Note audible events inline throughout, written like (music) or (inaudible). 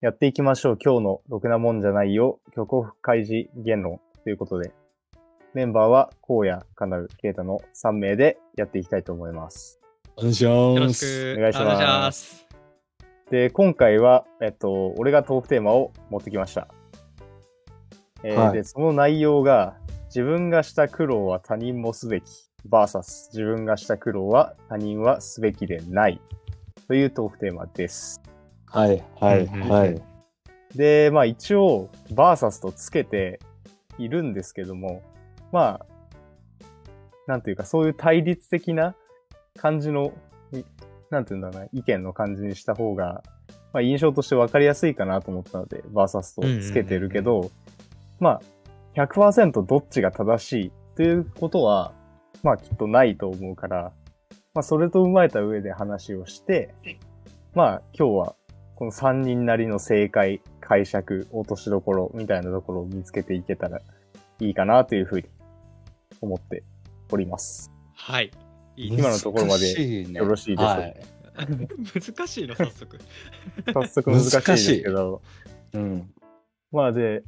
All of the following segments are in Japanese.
やっていきましょう。今日のろくなもんじゃないよ。虚構開示言論ということで、メンバーは、荒野、かなう、ケイタの3名でやっていきたいと思います。お願いしよろましす。くお願いしますす。で、今回は、えっと、俺がトークテーマを持ってきました。えーはいで、その内容が、自分がした苦労は他人もすべき、VS 自分がした苦労は他人はすべきでない、というトークテーマです。はい、はい、うんうんはい。で、まあ一応、バーサスとつけているんですけども、まあ、なんていうか、そういう対立的な感じの、いなんていうんだろうな、意見の感じにした方が、まあ印象として分かりやすいかなと思ったので、バーサスとつけてるけど、まあ、100%どっちが正しいということは、まあきっとないと思うから、まあそれと踏まえた上で話をして、まあ今日はこの3人なりの正解、解釈、落としどころみたいなところを見つけていけたらいいかなというふうに思っております。 (laughs) はい。いい今のところまで難しいねよろしいでしょうかはい。難しいの、早速。早速難しいですけど、うん。まあで、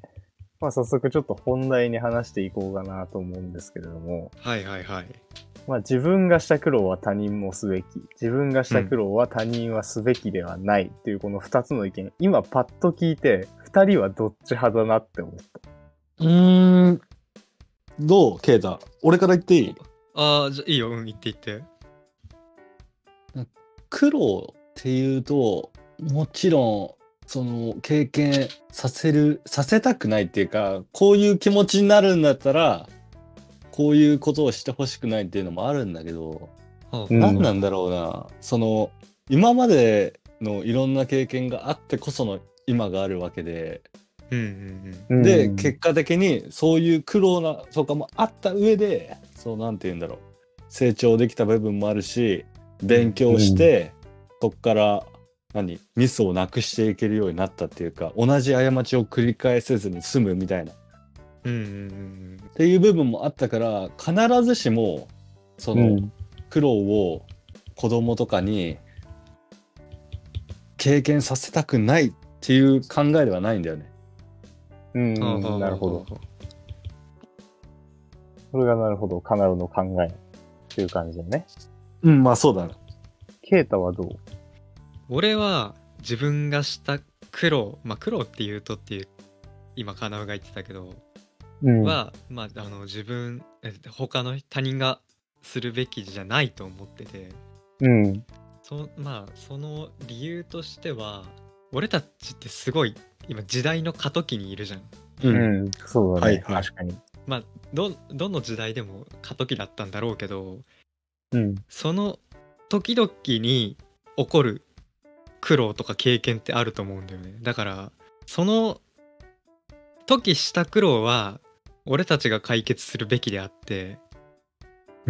まあ早速ちょっと本題に話していこうかなと思うんですけれども、はいはいはい。まあ自分がした苦労は他人もすべき、自分がした苦労は他人はすべきではないというこの2つの意見、今パッと聞いて、2人はどっち派だなって思った。うーん。どうケイタ。俺から言っていいああ、じゃあいいよ、うん、言って言って。苦労っていうと、もちろん、その経験させる、させたくないっていうか、こういう気持ちになるんだったら、こういうことをしてほしくないっていうのもあるんだけど、ほうんう何なんだろうなその今までのいろんな経験があってこその今があるわけで、うんうんでうん結果的にそういう苦労なとかもあった上でそうなんて言うんだろう成長できた部分もあるし勉強して、そこから何ミスをなくしていけるようになったっていうか同じ過ちを繰り返せずに済むみたいなっうん。うんうんていう部分もあったから必ずしもその、苦労を子供とかに経験させたくないっていう考えではないんだよね。うん、うんうん。なるほど。ど。それがなるほど、カナルの考えっていう感じだね。うん、まあそうだな。ケイタはどう俺は自分がした苦労、まあ苦労っていうとっていう、今、カナウが言ってたけど、うんは、まあ、あの自分、え他の他人がするべきじゃないと思ってて。うん。そまあその理由としては俺たちってすごい今時代の過渡期にいるじゃんう。うんん。そうだね。はいはい確かに。まあどどの時代でも過渡期だったんだろうけどうん。その時々に起こる苦労とか経験ってあると思うんだよねだからその時した苦労は俺たちが解決するべきであって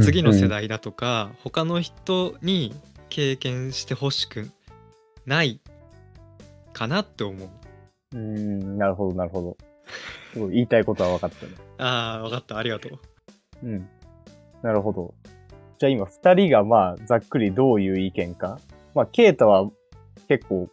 次の世代だとか、他の人に経験してほしくないかなって思ううん、なるほど、なるほど。すごい言いたいことは分かったね。ああ分かったありがとううん。なるほど。じゃあ今、二人がまあ、ざっくりどういう意見か。まあ、ケイタは結構、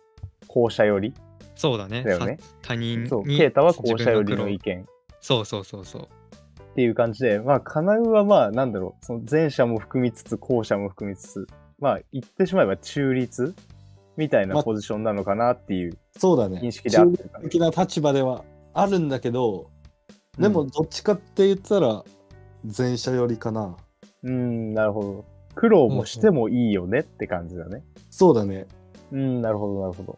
後者寄りそうだねだよねさ他人にそう。ケイタは後者寄り自分の苦労意見。そうそうそうそうっていう感じで、まあ、カナウはまあ、なんだろう、その前者も含みつつ、後者も含みつつ、まあ、言ってしまえば中立みたいなまポジションなのかなっていうそうだね。認識であってるか中ら、立的な立場ではあるんだけど、でもうん、どっちかって言ったら前者よりかな。うん、なるほど。苦労もしてもいいよねって感じだね。そうだね。うん、なるほど、なるほど。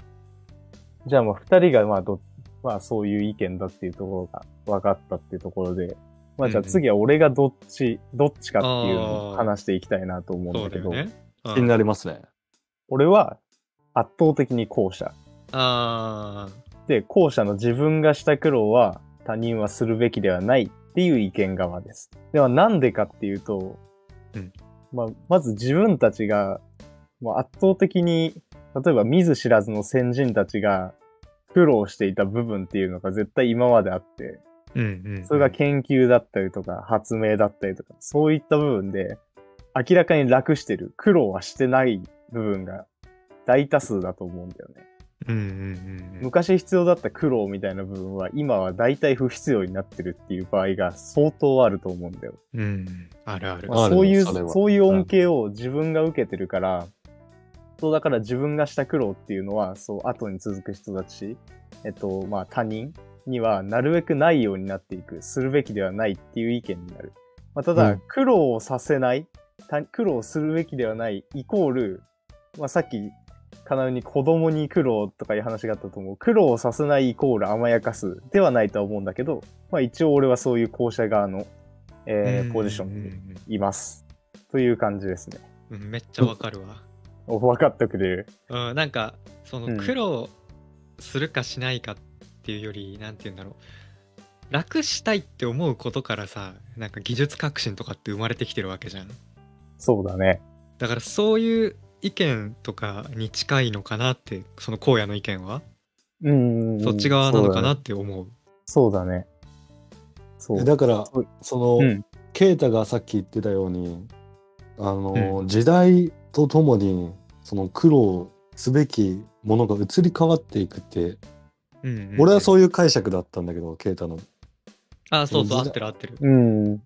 じゃあ、まあ、二人が、まあ、ど、まあ、そういう意見だっていうところが分かったっていうところで、まあ、じゃあうんうん次は俺がどっち、どっちかっていうのを話していきたいなと思うんそだうけだよど、ねあ気になりますね。俺は圧倒的に後者。あで、後者の自分がした苦労は他人はするべきではないっていう意見側です。ではなんでかっていうと、うんまあ、まず自分たちが、まあ、圧倒的に、例えば見ず知らずの先人たちが苦労していた部分っていうのが絶対今まであって、ーうんうんうんそれが研究だったりとか発明だったりとか、そういった部分で明らかに楽してる、苦労はしてない部分が大多数だと思うんだよね。うんうんうん昔必要だった苦労みたいな部分は今は大体不必要になってるっていう場合が相当あると思うんだよ。うんうんあるあるまああるそういうそれはそういう恩恵を自分が受けてるから、そうだから自分がした苦労っていうのはそう後に続く人たち、えっとまあ、他人にはなるべくないようになっていくするべきではないっていう意見になる、まあ、たうだん苦労をさせない他苦労するべきではないイコール、まあ、さっきかなうに子供に苦労とかいう話があったと思う苦労をさせないイコール甘やかすではないとは思うんだけど、まあ、一応俺はそういう校舎側の、えーポジションにンいます。という感じですね。めっちゃわかるわ、お分かっとくれる。うん、なんかそうんの苦労するかしないかっていうよりなんて言うんだろう楽したいって思うことからさなんか技術革新とかって生まれてきてるわけじゃんそうだね。だからそういう意見とかに近いのかなってその荒野の意見はうんうん。そっち側なのかなっって思うそうだね。そうだね。だからそうそそうのん。啓太、がさっき言ってたようにあの、う時代とともにその苦労すべきものが移り変わっていくってうんうんうん俺はそういう解釈だったんだけど啓太の。あそうそう合時代ってる合ってるうん。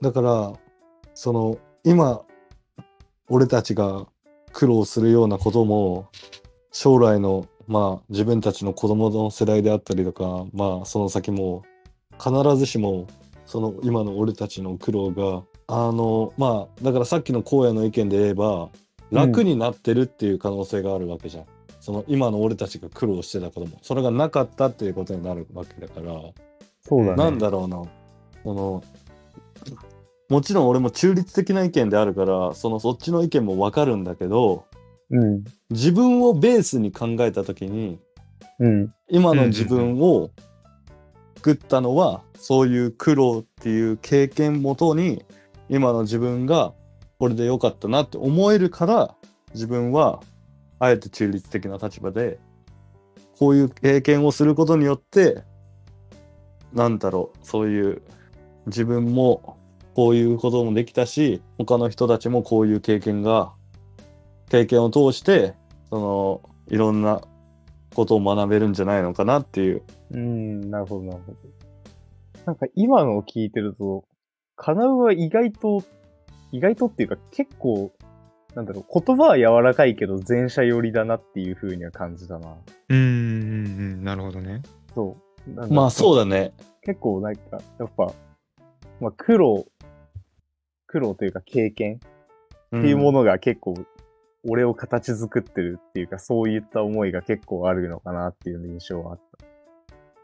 だからその今俺たちが苦労するようなことも将来のまあ自分たちの子供の世代であったりとかまあその先も必ずしもその今の俺たちの苦労があのまあだからさっきの荒野の意見で言えば楽になってるっていう可能性があるわけじゃん、その今の俺たちが苦労してたこともそれがなかったっていうことになるわけだから。そうだね。なんだろうな、その、もちろん俺も中立的な意見であるから、そのそっちの意見もわかるんだけど、うん。自分をベースに考えたときに、うん。今の自分を作ったのは、そういう苦労っていう経験もとに、今の自分がこれで良かったなって思えるから、自分はあえて中立的な立場で、こういう経験をすることによって、なんだろう、そういう自分もこういうこともできたし、他の人たちもこういう経験が、経験を通して、その、いろんなことを学べるんじゃないのかなっていう。うん。なるほど、なるほど。なんか今のを聞いてると、カナウは意外と、意外とっていうか結構、なんだろう、言葉は柔らかいけど前者寄りだなっていう風には感じたな。うんうんうんなるほどねそう。なんだろうまあそうだね。結構なんか、やっぱ、まあ、苦労、苦労というか経験っていうもの。のが結構、俺を形作ってるっていうか、そういった思いが結構あるのかなっていう印象はあった。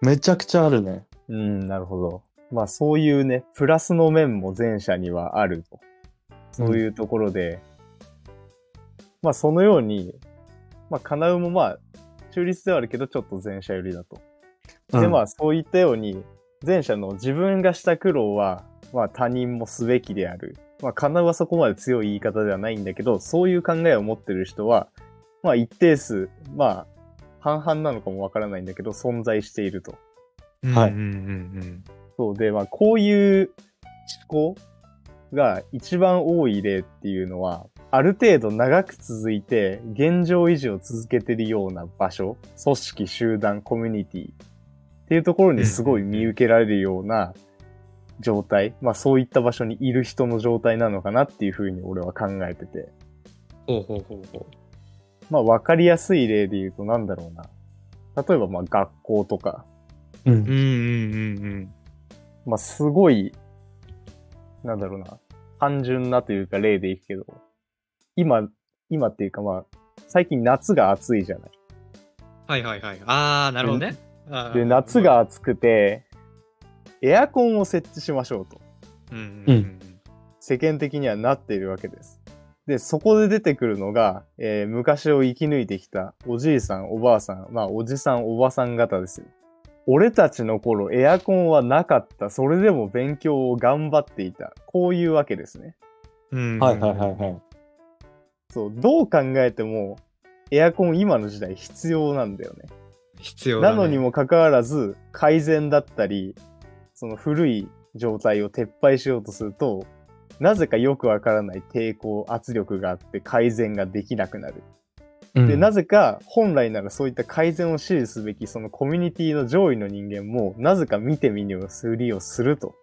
めちゃくちゃあるね。うん、なるほど。まあそういうね、プラスの面も前者にはあると。そういうところで、まあそのように、まあカナウもまあ中立ではあるけどちょっと前者寄りだと。でまあそういったように前者の自分がした苦労は、まあ、他人もすべきである。まあ、カナはそこまで強い言い方ではないんだけど、そういう考えを持ってる人は、まあ、一定数、まあ、半々なのかもわからないんだけど、存在していると。はいうんうんそうで、まあ、こういう思考が一番多い例っていうのは、ある程度長く続いて現状維持を続けてるような場所、組織、集団、コミュニティっていうところにすごい見受けられるような状態、まあそういった場所にいる人の状態なのかなっていうふうに俺は考えてて、うんうんほうほうほうほまあわかりやすい例で言うとなんだろうな。例えばまあ学校とか、う。ううんんうんうんまあ、すごい、なんだろうな、単純なというか例でいくけど、今、今っていうかまあ、最近夏が暑いじゃない。はいはいはいああなるほどねあーで、夏が暑くて、エアコンを設置しましょうと、うんうんうん世間的にはなっているわけです。で、そこで出てくるのが、えー昔を生き抜いてきたおじいさん、おばあさん、まあ、おじさん、おばさん方ですよ。俺たちの頃、エアコンはなかった。それでも勉強を頑張っていた。こういうわけですね。うんはいはいはいはい。そう、どう考えても、エアコン今の時代必要なんだよね。必要だなねのにもかかわらず、改善だったり、その古い状態を撤廃しようとすると、なぜかよくわからない抵抗、圧力があって改善ができなくなる。で、なぜか本来ならそういった改善を支持すべきそのコミュニティの上位の人間もなぜか見て見ぬふりをすると、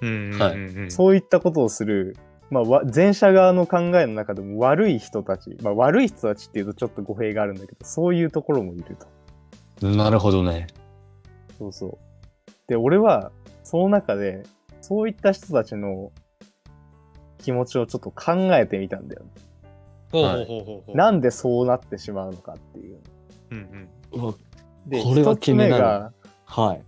うんうんはいうんうんそういったことをする、まあ、わ前者側の考えの中でも悪い人たち、まあ、悪い人たちっていうとちょっと語弊があるんだけどそういうところもいると。なるほどね。そうそう。で、俺は、その中で、そういった人たちの気持ちをちょっと考えてみたんだよ、ね。ほうほうほうほうほうなんでそうなってしまうのかっていう。うんうんうわで、これは一つ目気にがな、はい。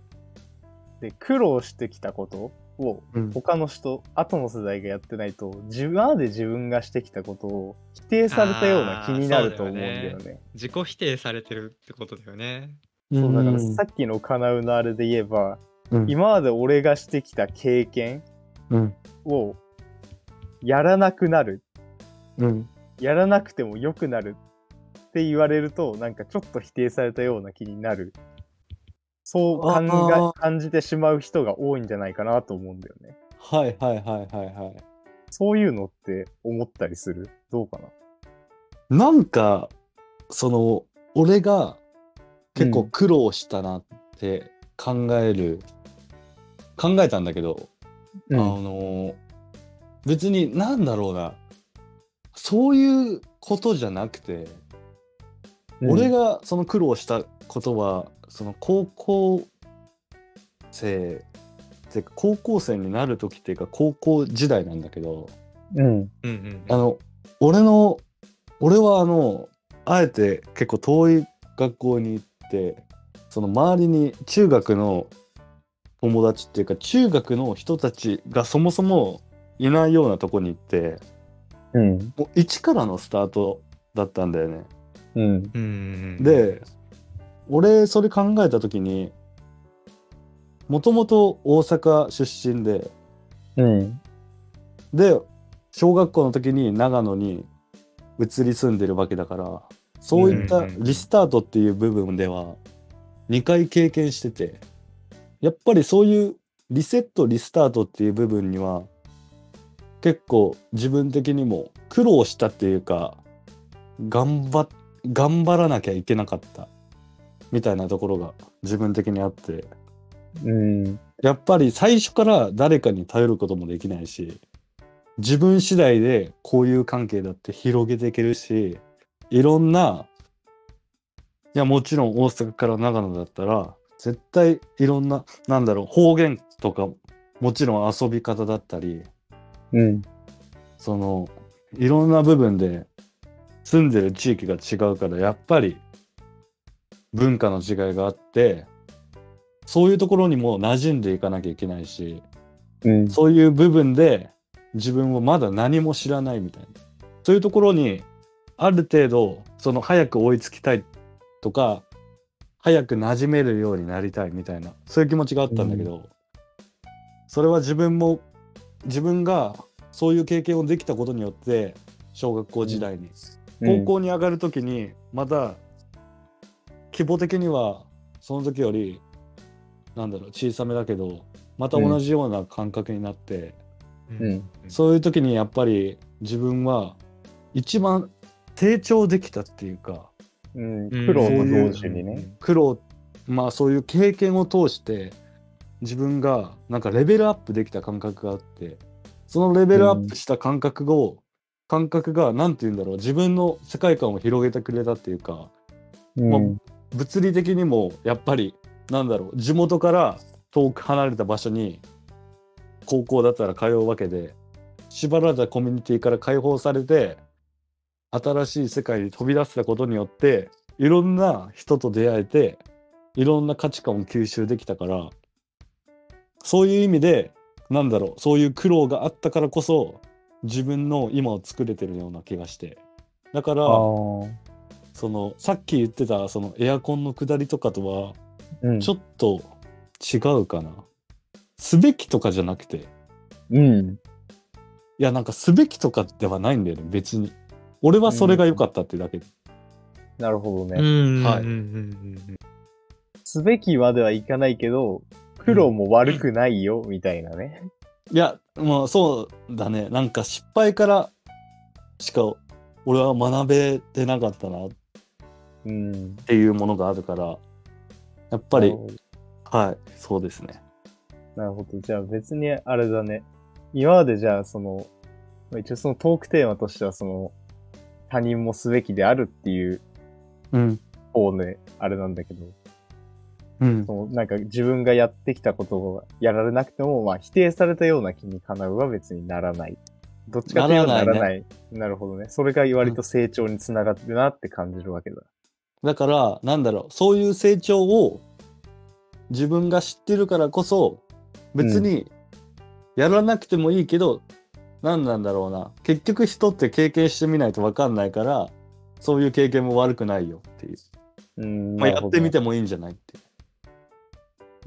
で苦労してきたことを、うん他の人、後の世代がやってないと、自分まで自分がしてきたことを否定されたような気になると思うんだよあーそうだね。自己否定されてるってことだよねそうだからうんさっきのカナウのあれで言えば、うん今まで俺がしてきた経験うんをやらなくなるうんやらなくても良くなるって言われるとなんかちょっと否定されたような気になるそう考あえ感じてしまう人が多いんじゃないかなと思うんだよねはいはいはいはいはい。そういうのって思ったりするどうかななんか、その、俺が結構苦労したなって考える、考えたんだけど、あの、別になんだろうな、そういうことじゃなくて、俺ががその苦労したことはその高校生てか高校生になる時っていうか高校時代なんだけどうんうんうんあの俺の俺はあのあえて結構遠い学校に行ってその周りに中学の友達っていうか中学の人たちがそもそもいないようなとこに行ってうんもう一からのスタートだったんだよね。うんうんうんうんで俺それ考えた時にもともと大阪出身でうんで小学校の時に長野に移り住んでるわけだからそういったうんうんうんリスタートっていう部分では2回経験しててやっぱりそういうリセットリスタートっていう部分には結構自分的にも苦労したっていうか頑張っ頑張らなきゃいけなかったみたいなところが自分的にあってうんやっぱり最初から誰かに頼ることもできないし自分次第で交友関係だって広げていけるしいろんないやもちろん大阪から長野だったら絶対いろんななんだろう方言とかもちろん遊び方だったりうんそのいろんな部分で住んでる地域が違うからやっぱり文化の違いがあってそういうところにも馴染んでいかなきゃいけないしうんそういう部分で自分をまだ何も知らないみたいなそういうところにある程度その早く追いつきたいとか早く馴染めるようになりたいみたいなそういう気持ちがあったんだけど、それは自分も自分がそういう経験をできたことによって小学校時代に、高校に上がるときにまた規模的にはその時よりなんだろう小さめだけどまた同じような感覚になって、ううんんそういう時にやっぱり自分は一番成長できたっていうかうんうん苦労と同時にね苦労まあそういう経験を通して自分がなんかレベルアップできた感覚があってそのレベルアップした感覚を、感覚が何て言うんだろう自分の世界観を広げてくれたっていうかうんま物理的にもやっぱりなんだろう地元から遠く離れた場所に高校だったら通うわけで縛られたコミュニティから解放されて新しい世界に飛び出せたことによっていろんな人と出会えていろんな価値観を吸収できたからそういう意味でなんだろうそういう苦労があったからこそ自分の今を作れてるような気がしてだかあらーそのさっき言ってたそのエアコンの下りとかとはうんちょっと違うかな、すべきとかじゃなくてういんやなんかすべきとかではないんだよね別に俺はそれが良かったってだけで、なるほどうんうねんはいうんうんすべきまではいかないけど苦労も悪くないよみたいなねいやまあそうだねなんか失敗からしか俺は学べてなかったなっうん。ていうものがあるからやっぱりはいそうですねなるほど。じゃあ別にあれだね。今までじゃあその、まあ一応そのトークテーマとしてはその、他人もすべきであるっていううん方ね、あれなんだけど、うんそのなんか自分がやってきたことをやられなくても、まあ否定されたような気にかなうは別にならない。どっちかというとななららないねない。なるほどね。それが割と成長につながってるなって感じるわけだ。だからなんだろうそういう成長を自分が知ってるからこそ別にやらなくてもいいけど、何なんだろうな結局人って経験してみないと分かんないからそういう経験も悪くないよっていう、うん。なまあ、やるほっどてみてもいいんじゃないってい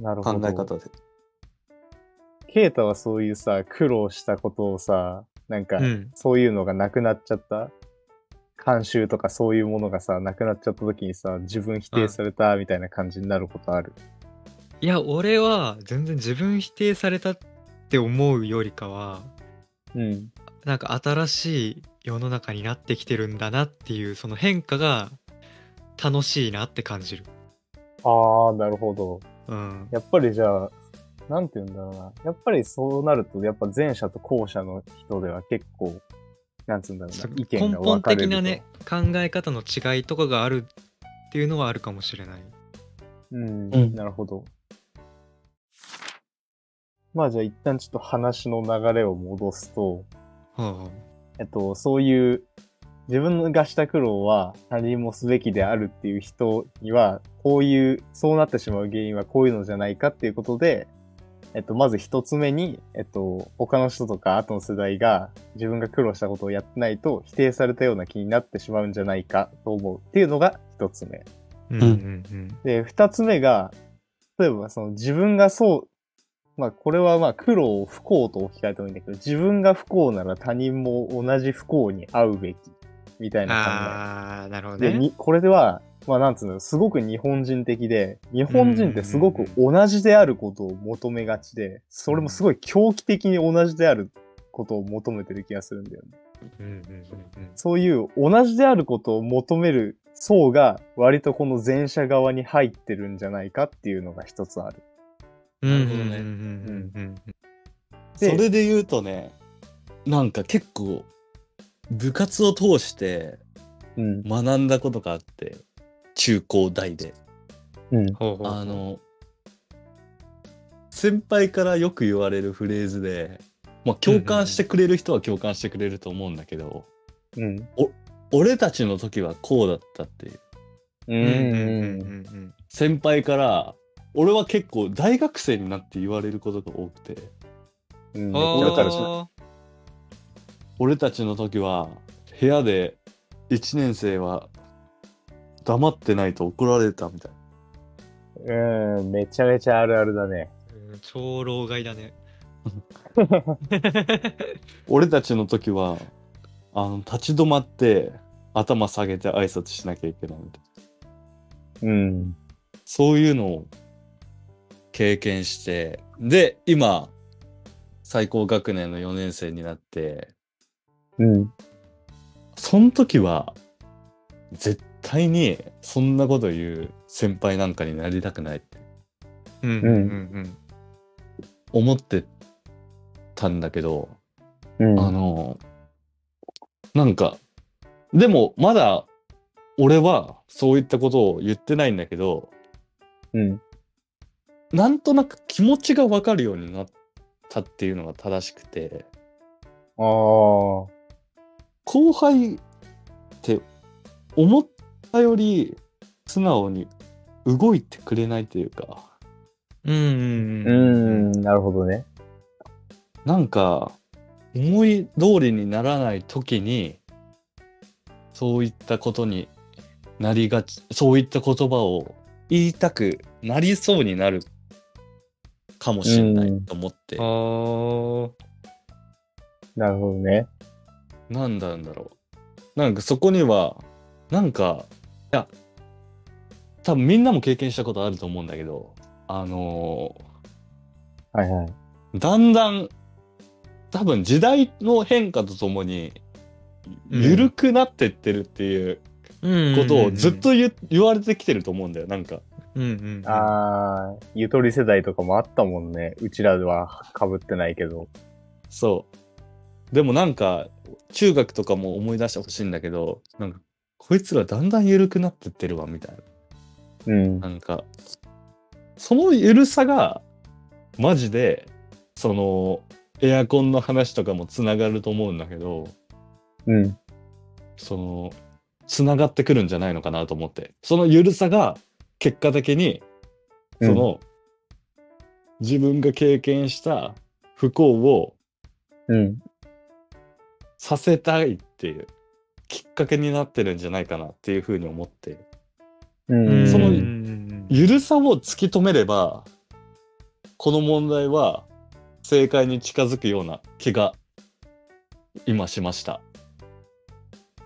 うなるほ考どえ方で。ケイタはそういうさ、苦労したことをさ、なんか、うんそういうのがなくなっちゃった慣習とかそういうものがさ、なくなっちゃった時にさ、自分否定されたみたいな感じになることある。いや俺は全然自分否定されたって思うよりかはうん。なんか新しい世の中になってきてるんだなっていうその変化が楽しいなって感じる。ああ、なるほど。うん、やっぱりじゃあ、なんて言うんだろうな。やっぱりそうなると、やっぱ前者と後者の人では結構、なんつうんだろうな、意見根が分本かれる的なね。考え方の違いとかがあるっていうのはあるかもしれない。うん、うんなるほど。まあじゃあ一旦ちょっと話の流れを戻すと、はえっと、そういう自分がした苦労は他人もすべきであるっていう人には、こういう、そうなってしまう原因はこういうのじゃないかっていうことで、えっと、まず一つ目に、えっと、他の人とか後の世代が自分が苦労したことをやってないと否定されたような気になってしまうんじゃないかと思うっていうのが一つ目。あ、うんうんうんで、二つ目が、例えばその自分がそう、まあこれはまあ苦労を不幸と置き換えてもいいんだけど、自分が不幸なら他人も同じ不幸に遭うべき、みたいなああなるほ考どえ。で、ね。にこれでは、まあなんつうの、すごく日本人的で、日本人ってすごく同じであることを求めがちで、それもすごい狂気的に同じであることを求めてる気がするんだよね。うんうんうんそういう同じであることを求める層が割とこの前者側に入ってるんじゃないかっていうのが一つある。うんなるほどねうんうんうんそれで言うとねなんか結構部活を通してうん。学んだことがあって中高大で。うん。ほうほうあの先輩からよく言われるフレーズで、まあ、共感してくれる人は共感してくれると思うんだけど、うん。俺たちの時はこうだったっていうううんうんうんん。うん先輩から俺は結構大学生になって言われることが多くてうん。うめっん。ちゃわかるし。あ俺たちの時は部屋で1年生は黙ってないと怒られたみたいなうん。めちゃめちゃあるあるだね。ーうん超老害だね。俺たちの時はあの立ち止まって頭下げて挨拶しなきゃいけないみたいな。うん。そういうのを経験して、で、今、最高学年の4年生になって、うん。その時は、絶対にそんなこと言う先輩なんかになりたくないってうんうんうん思ってたんだけど、うん。あの、なんか、でもまだ俺はそういったことを言ってないんだけど、うん。なんとなく気持ちがわかるようになったっていうのが正しくて、ああ。後輩って思ったより素直に動いてくれないというかうんうんううん。んなるほどね。なんか思い通りにならない時にそういったことになりがちそういった言葉を言いたくなりそうになるかもしれないと思って、あーなるほどね。なんだんだろう。なんかそこには、なんか、いや、多分みんなも経験したことあると思うんだけど、あのはいはい。ーだんだん、多分時代の変化とともに、うん緩くなってってるっていうことをずっと言,、言われてきてると思うんだよなんかうんうんうんあー、ゆとり世代とかもあったもんね。うちらでは被ってないけど。そうでもなんか中学とかも思い出してほしいんだけどなんかこいつらだんだん緩くなってってるわみたいうんな。なんかその緩さがマジでそのエアコンの話とかもつながると思うんだけどうん。そのつながってくるんじゃないのかなと思ってその緩さが結果的にその、自分が経験した不幸をうん。させたいっていうきっかけになってるんじゃないかなっていうふうに思ってううんん。そのうんうんうん緩さを突き止めればこの問題は正解に近づくような気が今しました。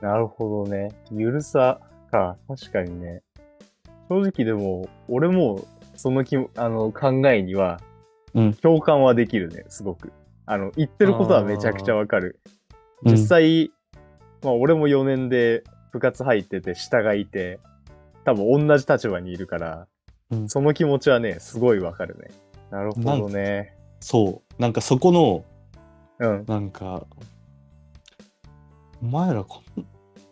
なるほどね。ゆるさか。確かにね。正直でも、俺も、そのき、あの、考えにはうん、共感はできるね、すごく。あの、言ってることはめちゃくちゃわかる。実際、まあ、俺も4年で部活入ってて、下がいて、多分同じ立場にいるから、うんその気持ちはね、すごいわかるね。なるほどね。そうなんかそこのうん。なんか、お前らこ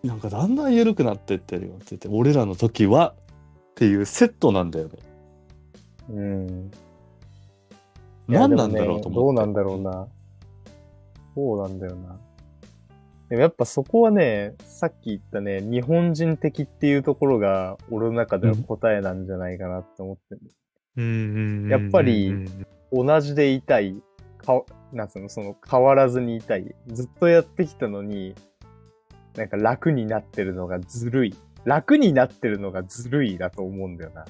ん、なんかだんだん緩くなってってるよって言って、俺らの時はっていうセットなんだよね。うん。いや何なんだろうとでも思ねって。どうなんだろうな。そうなんだよな。でもやっぱそこはね、さっき言ったね、日本人的っていうところが、俺の中では答えなんじゃないかなって思ってる。うんうんうんやっぱりうんうん同じでいたい、かなんつうの、その変わらずにいたい。ずっとやってきたのに、なんか楽になってるのがずるい。楽になってるのがずるいだと思うんだよな。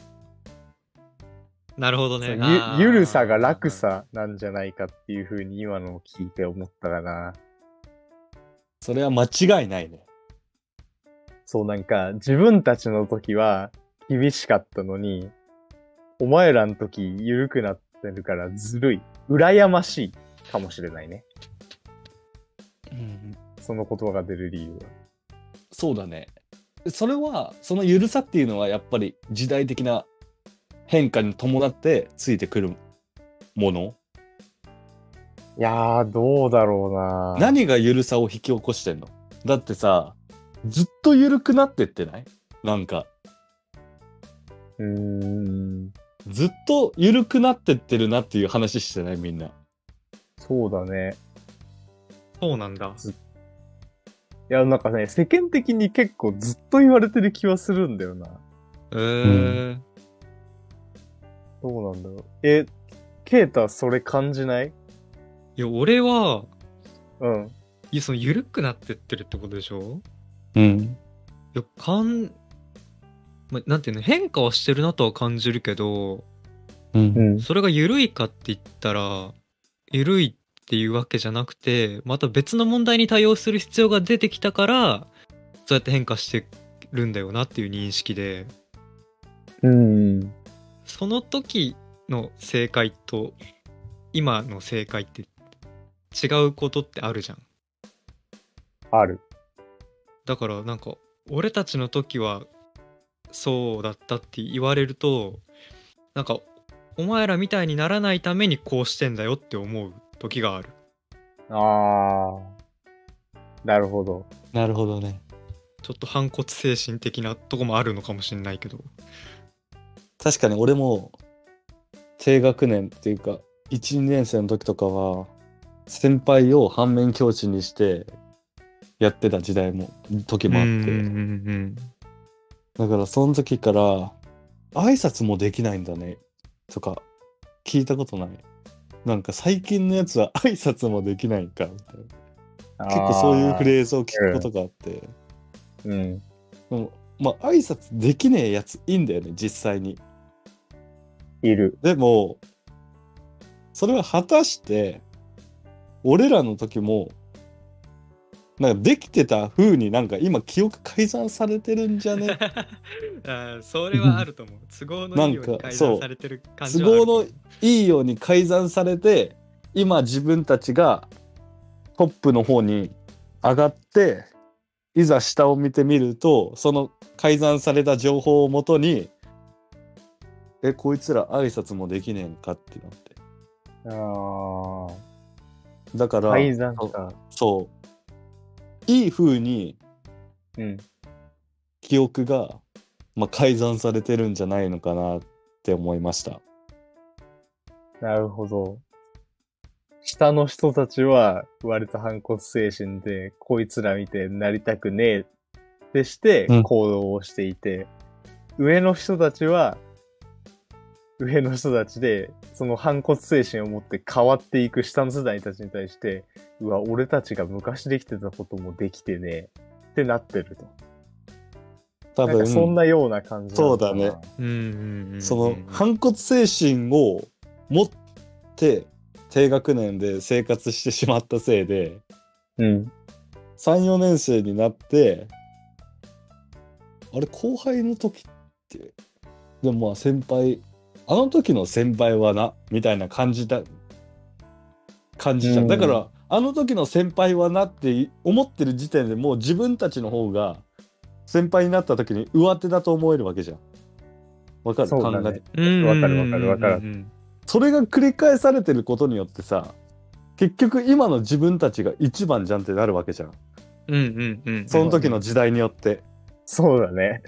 なるほどねゆあーゆるさが楽さなんじゃないかっていうふうに今のを聞いて思ったかな。それは間違いないね。そうなんか自分たちの時は厳しかったのに、お前らの時緩くなってるからずるい。羨ましいかもしれないね。その言葉が出る理由は。そうだね。それは、その緩さっていうのはやっぱり時代的な変化に伴ってついてくるもの。いやー、どうだろうな何が緩さを引き起こしてんのだってさ、ずっと緩くなってってないなんか。うーん、ずっと緩くなってってるなっていう話してないみんな。そうだね。そうなんだいや、なんかね、世間的に結構ずっと言われてる気はするんだよな。えーどうなんだろう。え、ケイタ、それ感じないいや俺はうん。いやその緩くなってってるってことでしょうん。いやかん、ま、なんていうの変化はしてるなとは感じるけどうん。ん。それが緩いかって言ったら緩いっていうわけじゃなくてまた別の問題に対応する必要が出てきたからそうやって変化してるんだよなっていう認識でうん。その時の正解と今の正解って違うことってあるじゃんある。だからなんか俺たちの時はそうだったって言われるとなんかお前らみたいにならないためにこうしてんだよって思う時があるあー。なるほど。なるほどね。ちょっと反骨精神的なとこもあるのかもしれないけど確かに俺も低学年っていうか、1、2年生の時とかは、先輩を反面教師にしてやってた時代も、時もあって。うん (laughs) だからその時から、挨拶もできないんだね。とか、聞いたことない。なんか最近のやつは (laughs) 挨拶もできないか、みたいな。結構そういうフレーズを聞くことがあって。ーうん。でもまあ挨拶できねえやついいんだよね実際にいる。でもそれは果たして俺らの時もなんかできてた風になんか今記憶改ざんされてるんじゃ (laughs) ねあーそれはあると思う都合のいいよなうんにか改そ善うされてる感じ都はある合のいいように改ざんされて今自分たちがトップの方に上がっていざ下を見てみるとその改ざんされた情報をもとにえこいつら挨拶もできねえんかってなってあだかあ。ら、改ざんか。そういい風にうん。記憶が、まあ、改ざんされてるんじゃないのかなって思いましたなるほど。下の人たちは、割と反骨精神で、こいつら見てなりたくねえってしてうん行動をしていて、上の人たちは、上の人たちで、その反骨精神を持って変わっていく下の世代たちに対して、うわ、俺たちが昔できてたこともできてねえってなってると。多なん分かそんなような感じなのかなそうだね。うんうんうんうんその反骨精神を持って低学年で生活してしまったせいでうん。 34年生になってあれ後輩の時ってでもまあ先輩あの時の先輩はなみたいな感じだ感じじゃうんんだからあの時の先輩はなって思ってる時点でもう自分たちの方が先輩になった時に上手だと思えるわけじゃんわかる、そう考だえねて。うんわかるわかるわかるうんうんそれが繰り返されてることによってさ結局今の自分たちが一番じゃんってなるわけじゃんうんうんうんその時の時代によってそうだね。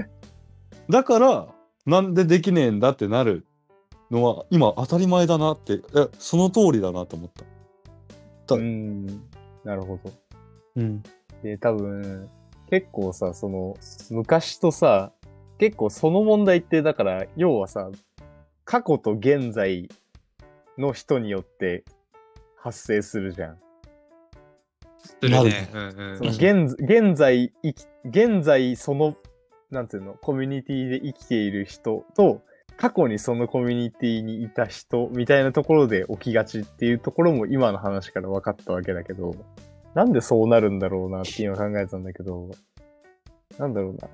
だからなんでできねえんだってなるのは今当たり前だなってえその通りだなと思ったそううん。なるほど。うんで、多分、結構さ、その、昔とさ、結構その問題って、だから、要はさ、過去と現在の人によって発生するじゃん。するなるねねうんうんその現現在生き、現在その、なんていうの、コミュニティで生きている人と、過去にそのコミュニティにいた人みたいなところで起きがちっていうところも今の話から分かったわけだけど、なんでそうなるんだろうなって今考えてたんだけど、なんだろうな。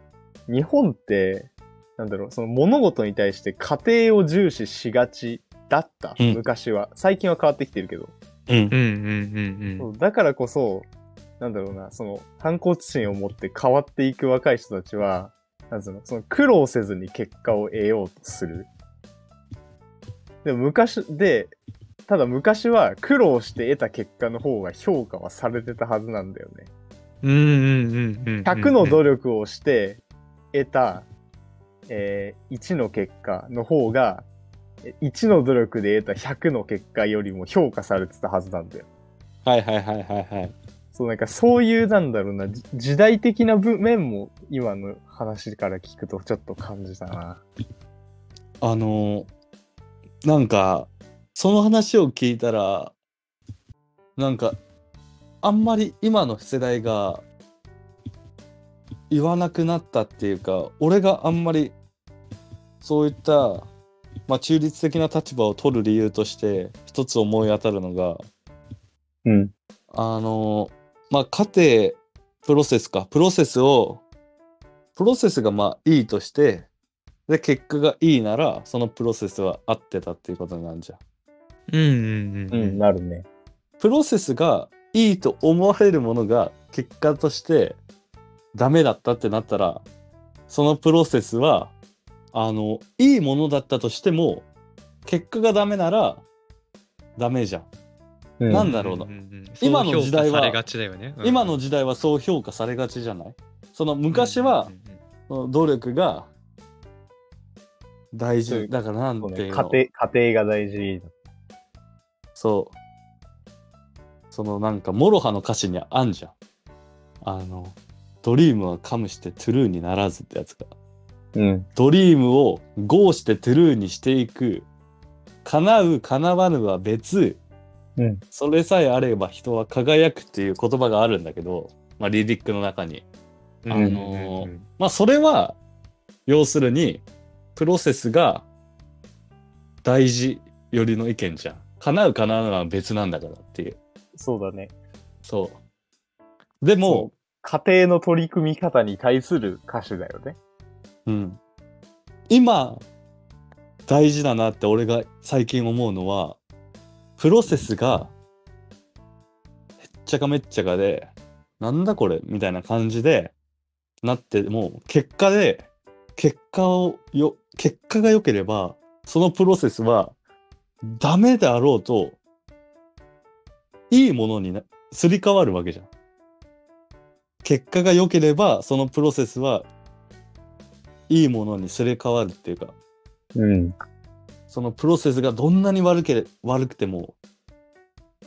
日本って、なんだろう、その物事に対して家庭を重視しがちだった、うん昔は。最近は変わってきてるけど。うんうんうんうんそううだからこそ、なんだろうな、その、反骨心を持って変わっていく若い人たちは、なんつうの、その苦労せずに結果を得ようとする。でも昔、で、ただ昔は苦労して得た結果の方が評価はされてたはずなんだよね。んうんうんうん100の努力をして得た、えー1の結果の方が、え1の努力で得た100の結果よりも評価されてたはずなんだよ。はいはいはいはいはいそう、なんかそういう、なんだろうな、じ時代的な部面も今の話から聞くとちょっと感じたな。あのーなんかその話を聞いたらなんかあんまり今の世代が言わなくなったっていうか俺があんまりそういった、まあ、中立的な立場を取る理由として一つ思い当たるのがうん。あのまあ過程プロセスかプロセスをプロセスがまあいいとしてで結果がいいならそのプロセスは合ってたっていうことになるじゃん。うんうんうんうんなるね。プロセスがいいと思われるものが結果としてダメだったってなったらそのプロセスはあのいいものだったとしても結果がダメならダメじゃん。うんなんだろうなうんうんうん今の時代はそう評価されがちだよねうん今の時代はそう評価されがちじゃないその昔はうんうんうんその努力が大そういう事だからなんそうてね、い家庭うの家庭が大事。そうそのなんかモロハの歌詞にあんじゃんあの「ドリームはカムしてトゥルーにならず」ってやつがうん。ドリームをゴーしてトゥルーにしていく叶う叶わぬは別うん。それさえあれば人は輝くっていう言葉があるんだけど、まあ、リリックの中にうんあのーうんうんまあそれは要するにプロセスが大事よりの意見じゃん。叶う叶わないは別なんだからっていう。そうだね。そう。でも、家庭の取り組み方に対する歌詞だよね。うん、今大事だなって俺が最近思うのはプロセスがへっちゃかめっちゃかでなんだこれみたいな感じでなっても結果で結果をよ結果が良ければそのプロセスはダメであろうといいものになすり替わるわけじゃん。結果が良ければそのプロセスはいいものにすり替わるっていうかうん。そのプロセスがどんなに悪けれ悪くても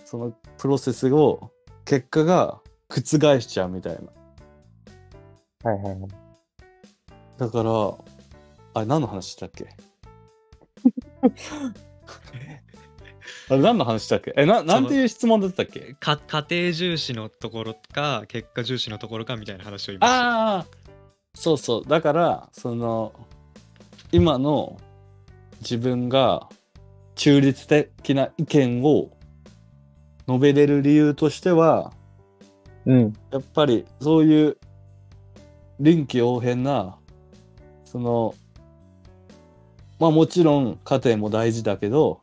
そのプロセスを結果が覆しちゃうみたいなはいはいはい。だからあれ何の話したっけあれ何の話したっけえななんていう質問だったっけか家庭重視のところか結果重視のところかみたいな話を今してああそうそうだからその今の自分が中立的な意見を述べれる理由としてはうん。やっぱりそういう臨機応変なそのまあもちろん家庭も大事だけど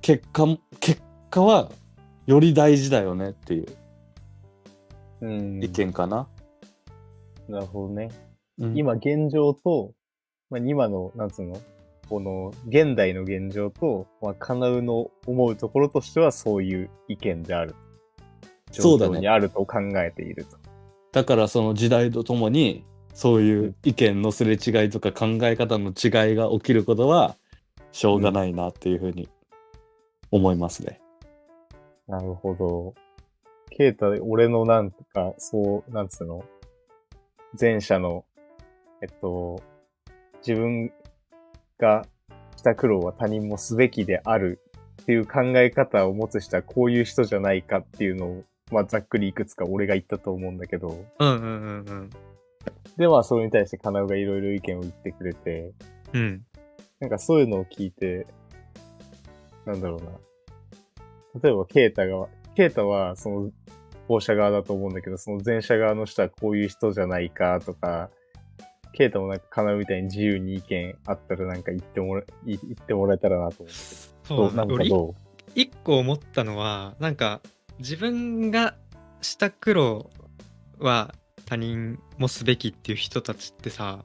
結果も結果はより大事だよねっていううん、意見かな。なるほどね。うん今現状と、まあ、今の、なんつうのこの、現代の現状と、まあ、カナウの思うところとしては、そういう意見である。そうだね状況にあると考えていると。だからその時代とともにそういう意見のすれ違いとか考え方の違いが起きることはしょうがないなっていうふうに思いますね。なるほど。ケイタ、俺のなんか、そう、なんつうの、前者の、えっと、自分がした苦労は他人もすべきであるっていう考え方を持つ人はこういう人じゃないかっていうのを、まあ、ざっくりいくつか俺が言ったと思うんだけど、うんうんうんで、まあ、それに対してカナウがいろいろ意見を言ってくれて、うんうんなんかそういうのを聞いて、なんだろうな。例えば、ケータが、ケータは、その、放射側だと思うんだけど、その前者側の人はこういう人じゃないかとか、ケータもなんか、カナみたいに自由に意見あったらなんか言ってもら、い言ってもらえたらなと思そうう。なんか俺ど一個思ったのはなんか自分がした苦労は他人もすべきっていう人たちってさ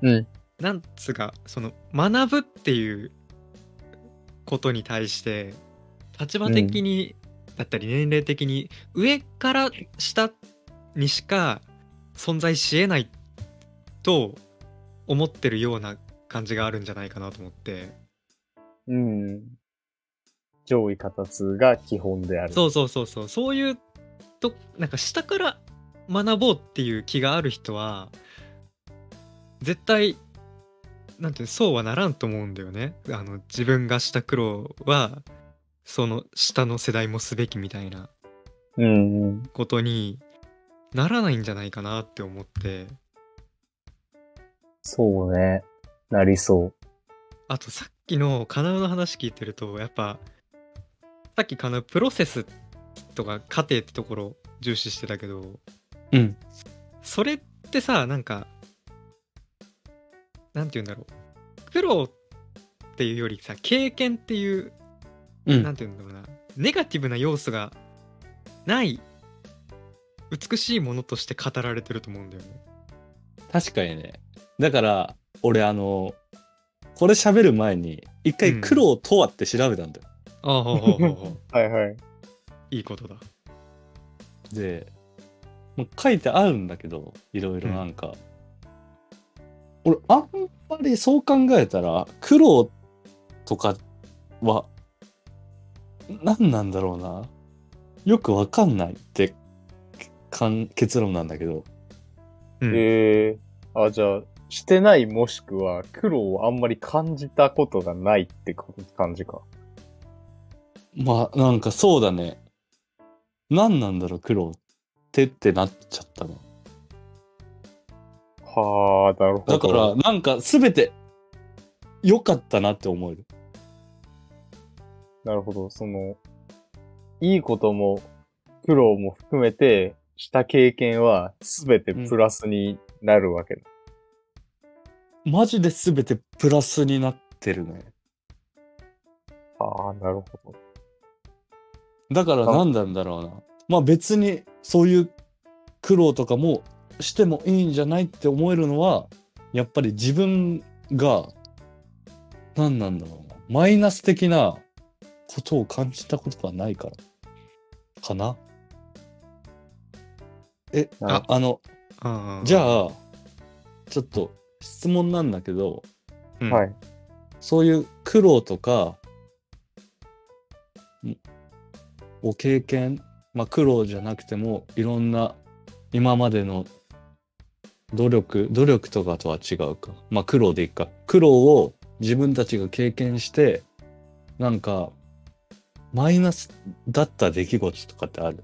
ううん。なんつうかその学ぶっていうことに対して立場的に、だったり年齢的に上から下にしか存在しえないと思ってるような感じがあるんじゃないかなと思ってうん。上位形通が基本である。そうそうそうそうそういうとなんか下から学ぼうっていう気がある人は絶対なんていうのそうはならんと思うんだよねあの自分がした苦労はその下の世代もすべきみたいなうんうん。ことにならないんじゃないかなって思ってそうね。なりそう。あとさっきのカナウの話聞いてるとやっぱさっきカナウプロセスとか過程ってところ重視してたけどうん、それってさなんかなんて言うんだろう苦労っていうよりさ経験っていううなんん、て言うんだろうなネガティブな要素がない美しいものとして語られてると思うんだよね。確かにねだから俺あのこれ喋る前に一うん回苦労とはって調べたんだよ、ああほうほうほうほうはいはい。 (laughs) いいことだ。でもう書いてあるんだけどいろいろなんか、俺あんまりそう考えたら苦労とかは何なんだろうなよくわかんないってかん結論なんだけどうんえー、あ、じゃあ、してないもしくは、苦労をあんまり感じたことがないってこと感じか。まあなんかそうだね何なんだろう苦労ってってなっちゃったのはあ、なるほど。だから、なんか全て良かったなって思えるなるほど。その、いいことも、苦労も含めて、した経験は、すべてプラスになるわけだ。マジで全てプラスになってるねああ、なるほど。だからあ何なんだろうな。まあ別にそういう苦労とかもしてもいいんじゃないって思えるのはやっぱり自分が何なんだろうなマイナス的なことを感じたことがないからかなえあああのあじゃあ、あちょっと質問なんだけどうんはい。そういう苦労とかんを経験、まあ、苦労じゃなくてもいろんな今までの努力努力とかとは違うか、まあ、苦労でいいか苦労を自分たちが経験してなんかマイナスだった出来事とかってある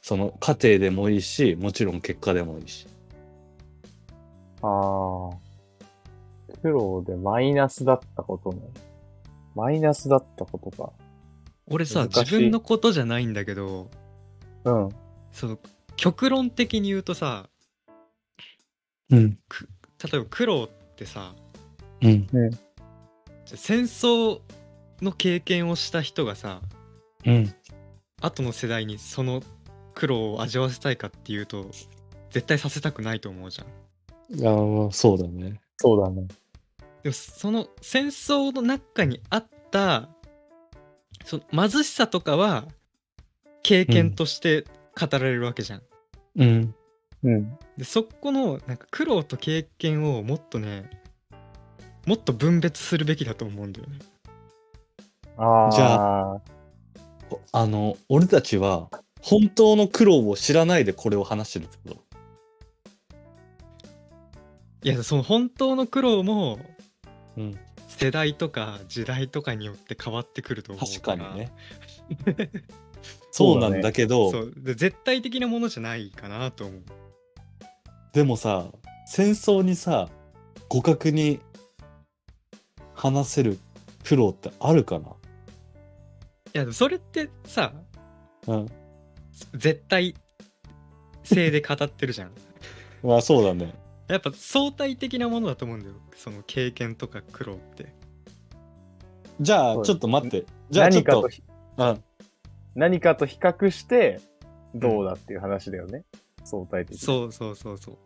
その過程でもいいしもちろん結果でもいいしああ。苦労でマイナスだったことね。マイナスだったことか。俺さ難しい自分のことじゃないんだけどうん。その極論的に言うとさうん例えば苦労ってさうんじゃあ戦争の経験をした人がさうん後の世代にその苦労を味わわせたいかっていうと絶対させたくないと思うじゃん。ああそうだねそうだね。でもその戦争の中にあったその貧しさとかは経験として語られるわけじゃん。うんうん。でそこのなんか苦労と経験をもっとねもっと分別するべきだと思うんだよね。ああ。じゃあ。あの、俺たちは、本当の苦労を知らないでこれを話してるってこいやその本当の苦労もと。うん。世代とか時代とかによって変わってくると思う確かにね。そ (laughs) そううだねなんだけそど、うで絶対的なものじゃないかなと思う。でもさ、戦争にさ、互角に話せる苦労ってあるかいやでもそれってさなうん。絶対性で語ってるじゃん (laughs) まあそうだね。やっぱ相対的なものだと思うんだよその経験とか苦労ってじゃあ、そうちょっと待って。じゃあちょ何っかととひ、、うん。何かと比較して、どうだっていう話だよね。相対的に。そうそうそうそう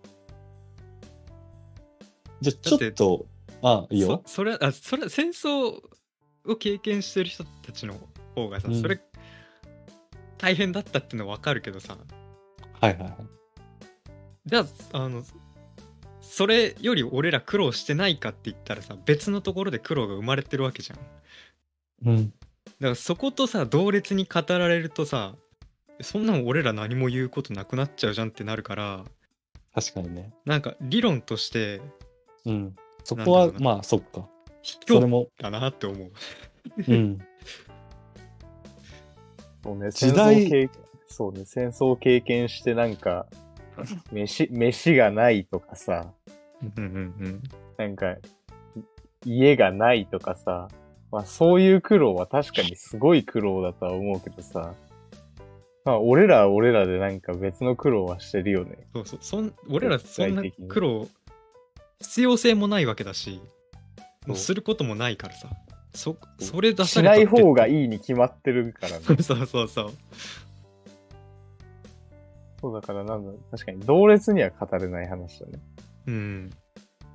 じゃあちょっと、あ、いいよ。そそれあそれ戦争を経験してる人たちの方がさ、うんそれ大変だったってのは分かるけどさはいはいはい。じゃああのそれより俺ら苦労してないかって言ったらさ別のところで苦労が生まれてるわけじゃんうん。だからそことさ同列に語られるとさそんなの俺ら何も言うことなくなっちゃうじゃんってなるから確かにね。なんか理論としてうん。そこはなん、だろうまあそっか。卑それ怯も、だなって思う。うん。そうね、時代戦争経そうね、戦争を経験してなん (laughs) か、飯、飯がないとかさ、うんうんなんか、い家がないとかさ、まあそういう苦労は確かにすごい苦労だとは思うけどさ、まあ俺らは俺らでなんか別の苦労はしてるよね。そうそうそん俺らそんな具体的に苦労必要性もないわけだしそうすることもないからさそそうそれ出さしれたなってい方がいいに決まってるからね。 (laughs) そうそうそうそうだからなんだ、確かに同列には語れない話だね。うん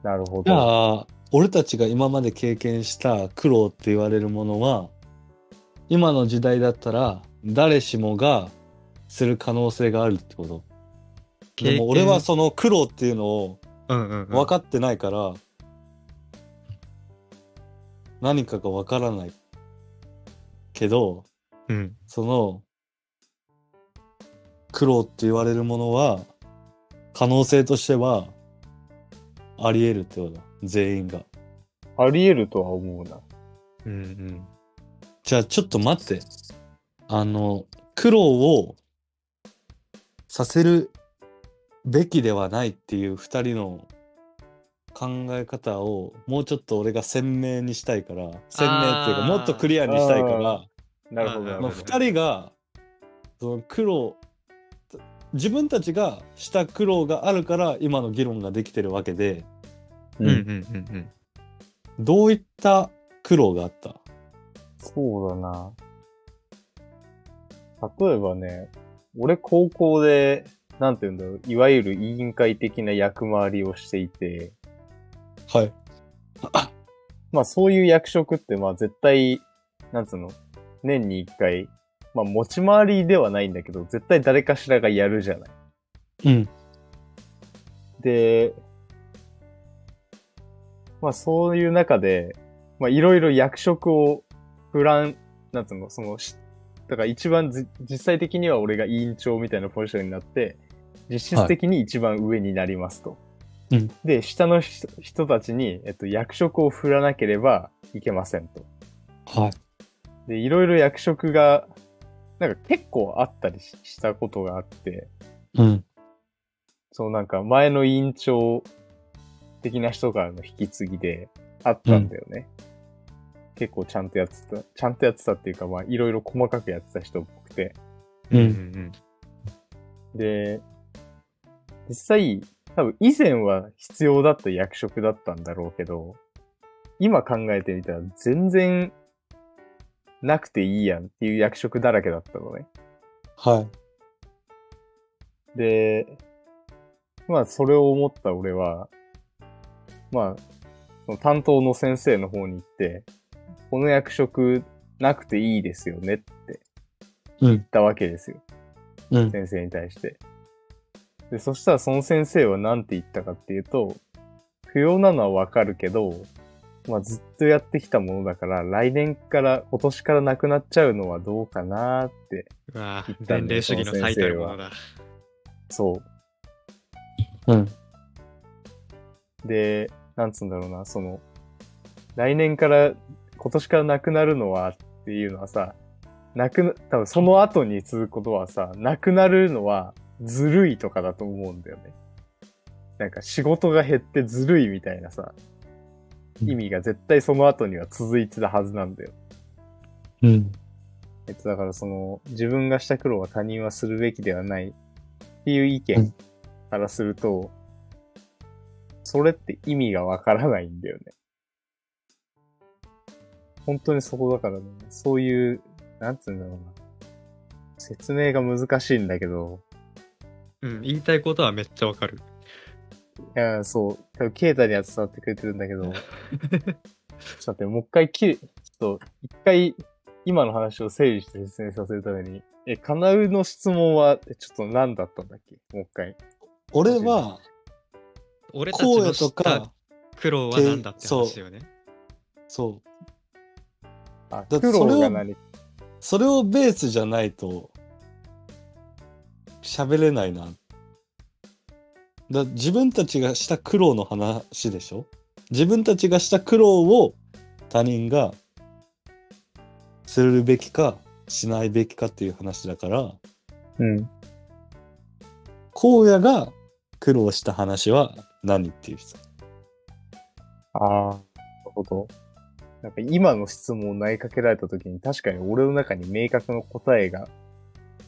なるほじど。ゃあ俺たちが今まで経験した苦労って言われるものは今の時代だったら誰しもがする可能性があるってことでも俺はその苦労っていうのをうんうん、うん、分かってないから、何かが分からないけどうんその苦労って言われるものは可能性としてはあり得るってことだ全員が。あり得るとは思うな。うんうんじゃあちょっと待って。あの、苦労をさせるべきではないっていう二人の考え方をもうちょっと俺が鮮明にしたいから、鮮明っていうかあーもっとクリアにしたいから、なるほどなあーるあほど。の二人がその苦労、自分たちがした苦労があるから今の議論ができてるわけで、うんうんうんうんどういった苦労があったそうだな。例えばね、俺高校でなんていうんだろう、いわゆる委員会的な役回りをしていて、はい。まあそういう役職ってまあ絶対、なんつうの、年に一回、まあ持ち回りではないんだけど、絶対誰かしらがやるじゃない。うん。で、まあそういう中で、まあいろいろ役職をプラン、なんつうの、その、しだから一番じ実際的には俺が委員長みたいなポジションになって、実質的に一番上になりますと。うんで、下の人人たちに、えっと、役職を振らなければいけませんと。はい。で、いろいろ役職が、なんか結構あったりししたことがあって、うん。そうなんか前の委員長的な人からの引き継ぎであったんだよね。結構ちゃんとやってた、ちゃんとやってたっていうか、まあいろいろ細かくやってた人っぽくて。う。うんんで、実際、多分以前は必要だった役職だったんだろうけど、今考えてみたら全然なくていいやんっていう役職だらけだったのね。はい。で、まあ、それを思った俺は、まあ、その担当の先生の方に行って、この役職なくていいですよねってうん言ったわけですよ、うん。先生に対して。で、そしたらその先生は何て言ったかっていうと、不要なのはわかるけど、まあずっとやってきたものだから、来年から、今年からなくなっちゃうのはどうかなーってうわ言ったんだよ前例主義の最たるものだ。そう、うん。で、なんつうんだろうな、その、来年から、今年からなくなるのはっていうのはさ、なくな、多分その後に続くことはさ、なくなるのはずるいとかだと思うんだよね。なんか仕事が減ってずるいみたいなさ、意味が絶対その後には続いてたはずなんだよ。うん。えっと、だからその、自分がした苦労は他人はするべきではないっていう意見からすると、それって意味がわからないんだよね。本当にそこだからね、そういう、なんつうんだろうな。説明が難しいんだけど、うん、言いたいことはめっちゃわかる。いや、そう、多分ケータには伝わってくれてるんだ (laughs) けど、ちょっと待って、もう一回きれ、ちょっと、一回、今の話を整理して説明させるために、え、カナウの質問は、えちょっと何だったんだっけもう一回。俺は、俺たち声の知とったか、苦労は何だって話よね。そう。あ、だって苦労それがを何それをベースじゃないと喋れないな。だ自分たちがした苦労の話でしょ自分たちがした苦労を他人がするべきかしないべきかっていう話だから、うん。荒野が苦労した話は何っていう人。ああ、なるほど。なんか今の質問を投げかけられた時に、確かに俺の中に明確な答えが、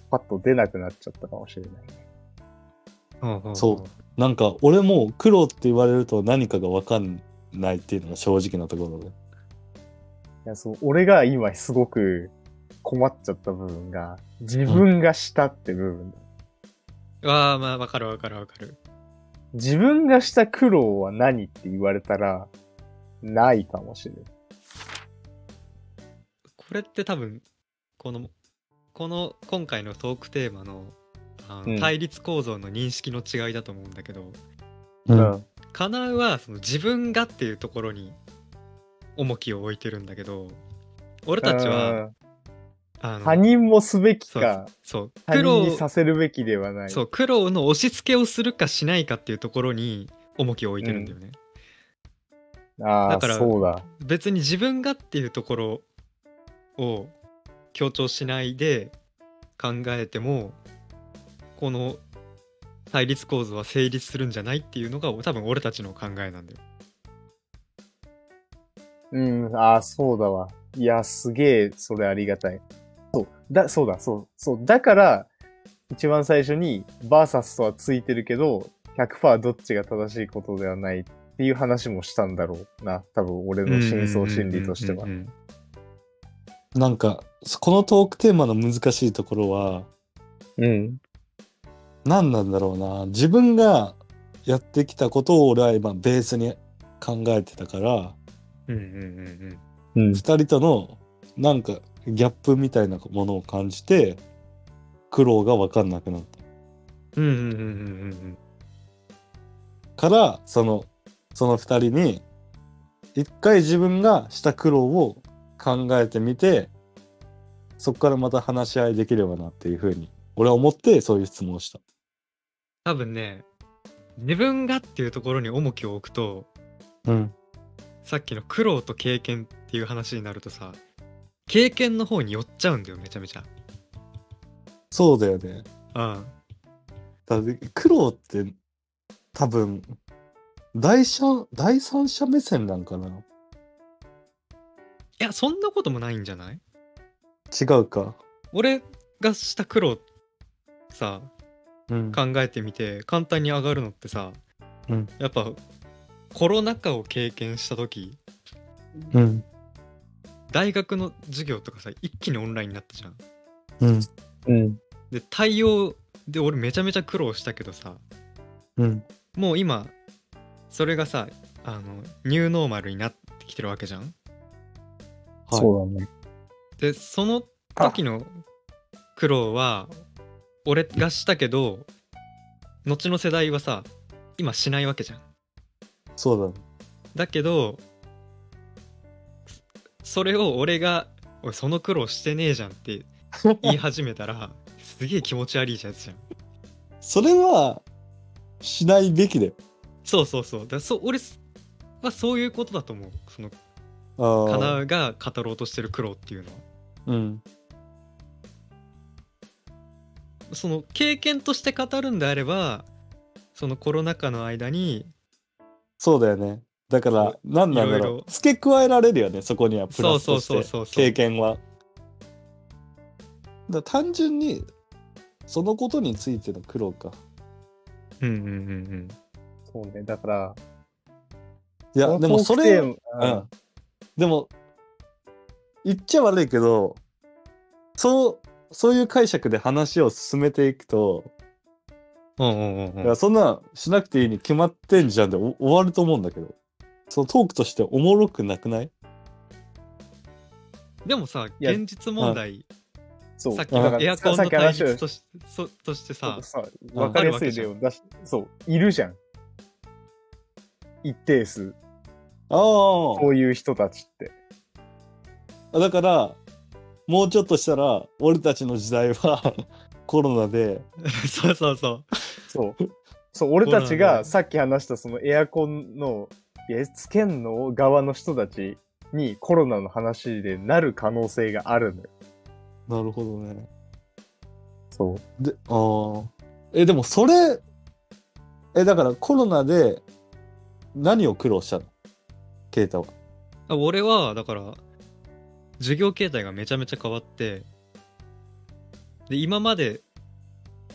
パッと出なくなっちゃったかもしれない。ほうほうそほううなんか俺も苦労って言われると何かがわかんないっていうのが正直なところで。いや、そう、俺が今すごく困っちゃった部分が、自分がしたって部分だ。わあ、まあ、わかるわかるわかる。自分がした苦労は何って言われたら、ないかもしれない。これって多分、この、この今回のトークテーマのあうのん対立構造の認識の違いだと思うんだけど、ううん。カナウはその自分がっていうところに重きを置いてるんだけど、俺たちは、うあん、の他人もすべきそうか、そう他苦労人にさせるべきではない。そう苦労の押し付けをするかしないかっていうところに重きを置いてるんだよね、あだあ、からそうだ。別に自分がっていうところを強調しないで考えてもこの対立構図は成立するんじゃないっていうのが多分俺たちの考えなんだようん、ああ、そうだわ。いや、すげえ、それありがたい。そう、だ、そうだ、そう、そう。だから、一番最初に、バーサスとはついてるけど、100%どっちが正しいことではないっていう話もしたんだろうな。多分、俺の深層心理としてはうんう。んうんうんなんか、このトークテーマの難しいところは、うん。何なんだろうな自分がやってきたことを俺は今ベースに考えてたからうんうんうんうん2。人とのなんかギャップみたいなものを感じて苦労が分かんなくなったうんうんうんうんうんからそのその2人に一回自分がした苦労を考えてみてそこからまた話し合いできればなっていうふうに俺は思ってそういう質問をした。多分ね自分がっていうところに重きを置くとうん、さっきの苦労と経験っていう話になるとさ経験の方に寄っちゃうんだよめちゃめちゃそうだよねうんだって苦労って多分第三第三者目線なんかないやそんなこともないんじゃない違うか俺がした苦労さうん考えてみて簡単に上がるのってさ、うんやっぱコロナ禍を経験した時うん大学の授業とかさ一気にオンラインになったじゃん。うんうん。で対応で俺めちゃめちゃ苦労したけどさうんもう今それがさあのニューノーマルになってきてるわけじゃん。はそうだね。でその時の苦労は俺がしたけど後の世代はさ今しないわけじゃん。いそうだけどそそれを俺が「おいその苦労してねえじゃん」ってだね言い始めたらすげえ気持ち悪いやつじゃん。それはしないべきだよそうそうそうだそう俺はそういうことだと思うそのあかあなが語ろうとしてる苦労っていうのはうんその経験として語るんであればそのコロナ禍の間にそうだよねだから何なんだいろいろろう付け加えられるよねそこにはプそラうスそうとしそうてそうそう経験はだから単純にそのことについての苦労かうんうんうんうんそうね。だから、いやでもそれうん。うんでも言っちゃ悪いけどそうそういう解釈で話を進めていくと、うんうんうんいやそんなんしなくていいに決まってんじゃんでお終わると思うんだけどそのトークとしておもろくなくないでもさいや現実問題そう。さっきだかのらエアコンさっのき対話を立としそとしてさ (laughs) さ、わかりやすい例を出し、そう、いるじゃん。一定数、あこういう人たちって。あだからもうちょっとしたら俺たちの時代は (laughs) コロナでそうそうそうそう。 (laughs) そう、俺たちそうなんだよがさっき話したそのエアコンの、え、つけんの側の人たちにコロナの話でなる可能性があるのよ。なるほどねそう。でああえでもそれえだからコロナで何を苦労したの啓太はあ俺はだから授業形態がめちゃめちゃ変わってで今まで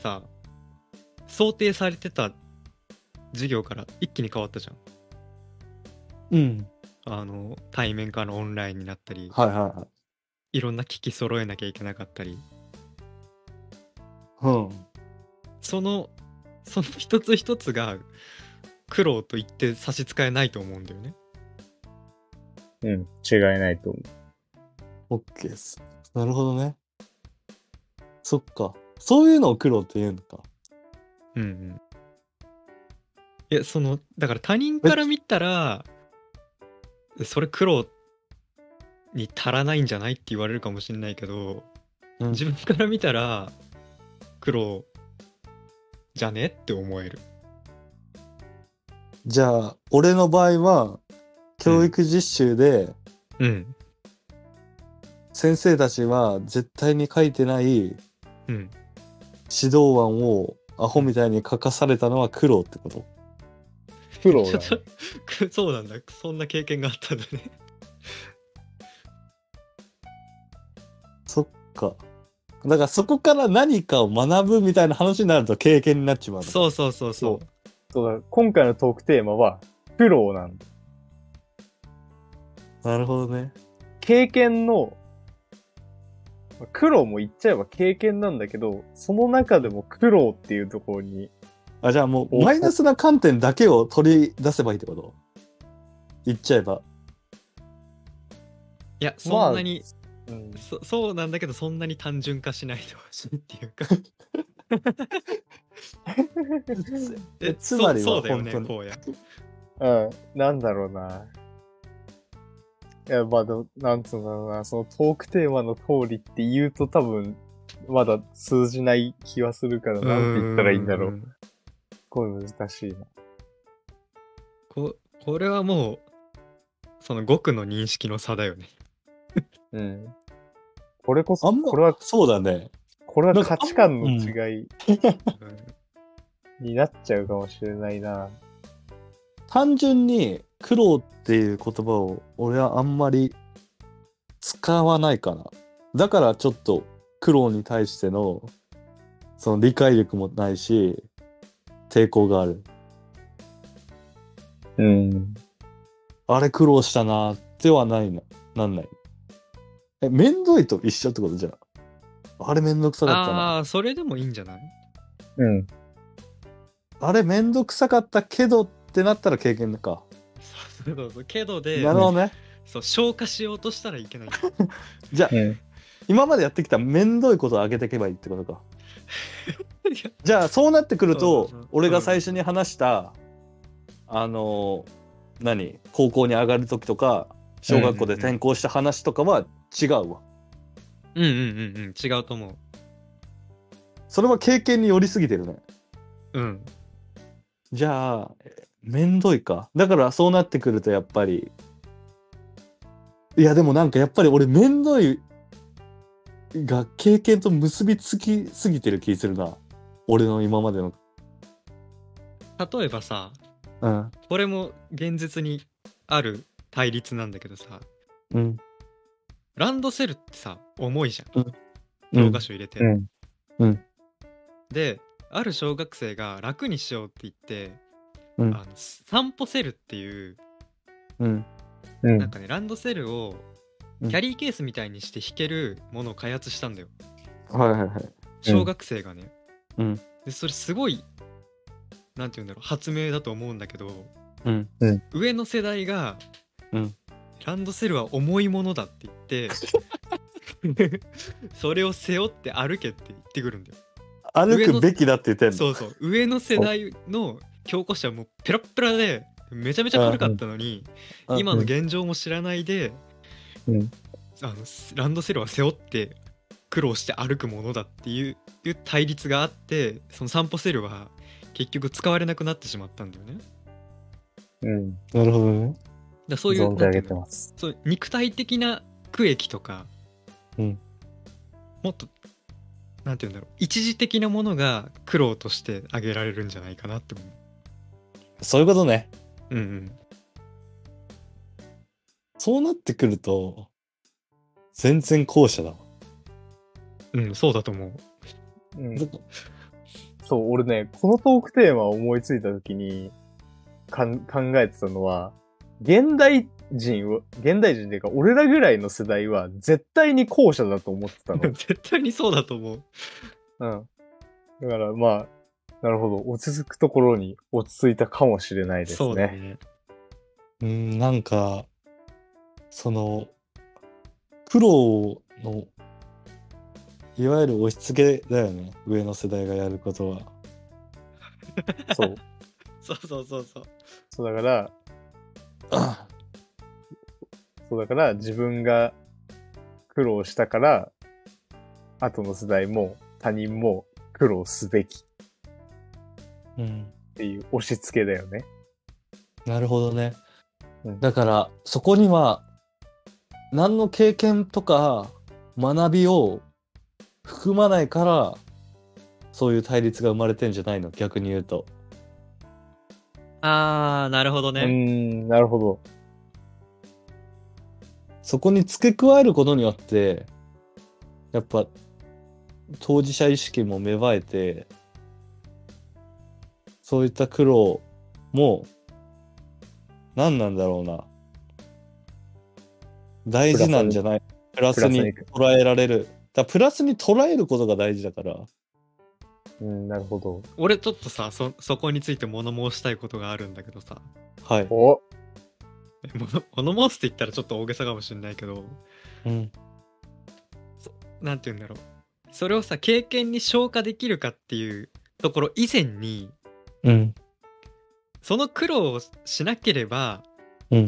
さ想定されてた授業から一気に変わったじゃうんんあの対面からオンラインになったりはいはいはいいろんな機器揃えなきゃいけなかったりうん、そのその一つ一つが苦労と言って差し支えないと思うんだよねうん、違いないと思う。オッケーです。なるほどね。そっか。そういうのを苦労って言うのか。うんうんいやそのだから他人から見たらそれ苦労に足らないんじゃないって言われるかもしれないけど、うん自分から見たら苦労じゃねって思えるじゃあ、俺の場合は、教育実習で、うん先生たちは絶対に書いてない指うん導案をアホみたいに書かされたのは苦労ってこと苦労ちだ、ょっとね。く (laughs) そうなんだそんな経験があったんだ (laughs) ねそっか。だからそこから何かを学ぶみたいな話になると経験になっちまうの。そうそうそうそうそうだ今回のトークテーマは、苦労なんだ。なるほどね。経験のまあ苦労も言っちゃえば経験なんだけど、その中でも苦労っていうところに、あじゃあもうおマイナスな観点だけを取り出せばいいってこと言っちゃえばいやそんなに、うんそそうなんだけどそんなに単純化しないでほしいっていうか (laughs) えつまりはそうそうだよね本当こうやうん、なんだろうな。いや、まあ、どなんつうんだろうな、そのトークテーマの通りって言うと多分、まだ通じない気はするから、なんて言ったらいいんだろう。んこういう難しいな。ここれはもうその語句の認識の差だよねうん。これこそ、あんまこれは、そうだねこれはなんか価値観のあん違いうんになっちゃうかもしれないな。単純に苦労っていう言葉を俺はあんまり使わないかなだからちょっと苦労に対してのその理解力もないし抵抗があるうん。あれ苦労したなってはないななんないえめんどいと一緒ってことじゃああれめんどくさかったなああーそれでもいいんじゃないうん。あれめんどくさかったけどってなったら経験か。そうそうそうけどでなるほどね。そう消化しようとしたらい (laughs) けないじゃあうん。今までやってきためんどいことを上げていけばいいってことか。いやじゃあそうなってくるとそうそうそう俺が最初に話した、あのー何高校に上がる時とか小学校で転校した話とかは違うわ。うんうんうんうん違うと思うそれは経験によりすぎてるね。うんじゃあえめんどいか。だからそうなってくるとやっぱりいやでもなんかやっぱり俺めんどいが経験と結びつきすぎてる気するな。俺の今までの。例えばさうん。これも現実にある対立なんだけどさうん。ランドセルってさ重いじゃんう教ん科、書入れて、うん。である小学生が楽にしようって言って、うんあの散歩セルっていううん。うなんん。かねランドセルをうんキャリーケースみたいにして引けるものを開発したんだよはいはいはい。小学生がね、うんでそれすごいなんて言うんだろう発明だと思うんだけどうん。上の世代が、うんランドセルは重いものだって (laughs) 言ってそれを背負って歩けって言ってくるんだよ歩くべきだって言ってんの。そうそう上の世代の教科書はもうペラッペラでめちゃめちゃ軽かったのにうん今の現状も知らないで、うんあのスランドセルは背負って苦労して歩くものだっていういう対立があってその散歩セルは結局使われなくなってしまったんだよね。だかうん。なるほどね。らそういう存じ上げてなんていうのます。そう肉体的な区域とか、うんもっとなんて言うんだろう一時的なものが苦労として挙げられるんじゃないかなって思う。そういうことね。うんうんそうなってくると、全然後者だわ。うん、そうだと思う。うん。そう、俺ね、このトークテーマを思いついたときにかん考えてたのは、現代人を、現代人っていうか、俺らぐらいの世代は絶対に後者だと思ってた (laughs) の。絶対にそうだと思う。うん。だからまあ、なるほど、落ち着くところに落ち着いたかもしれないですそうだね。ね。うん、なんか、その、苦労の、いわゆる押し付けだよね。上の世代がやることは。 (laughs) そうそうそうそうそう。そうだから、 (laughs) あそうだから自分が苦労したから、後の世代も他人も苦労すべきうん。っていう押し付けだよね。なるほどね。うんだから、そこには、何の経験とか学びを含まないから、そういう対立が生まれてんじゃないの逆に言うと。あー、なるほどうーね。ん、なるほど。そこに付け加えることによってやっぱ当事者意識も芽生えてそういった苦労も何なんだろうな大事なんじゃないプラススにに捉えられるだからプラスに捉えることが大事だから。うん、なるほど。俺ちょっとさそそこについて物申したいことがあるんだけどさはい。おえ物物申すって言ったらちょっと大げさかもしれないけどうん。なんて言うんだろうそれをさ経験に消化できるかっていうところ以前にうん。その苦労をしなければうん。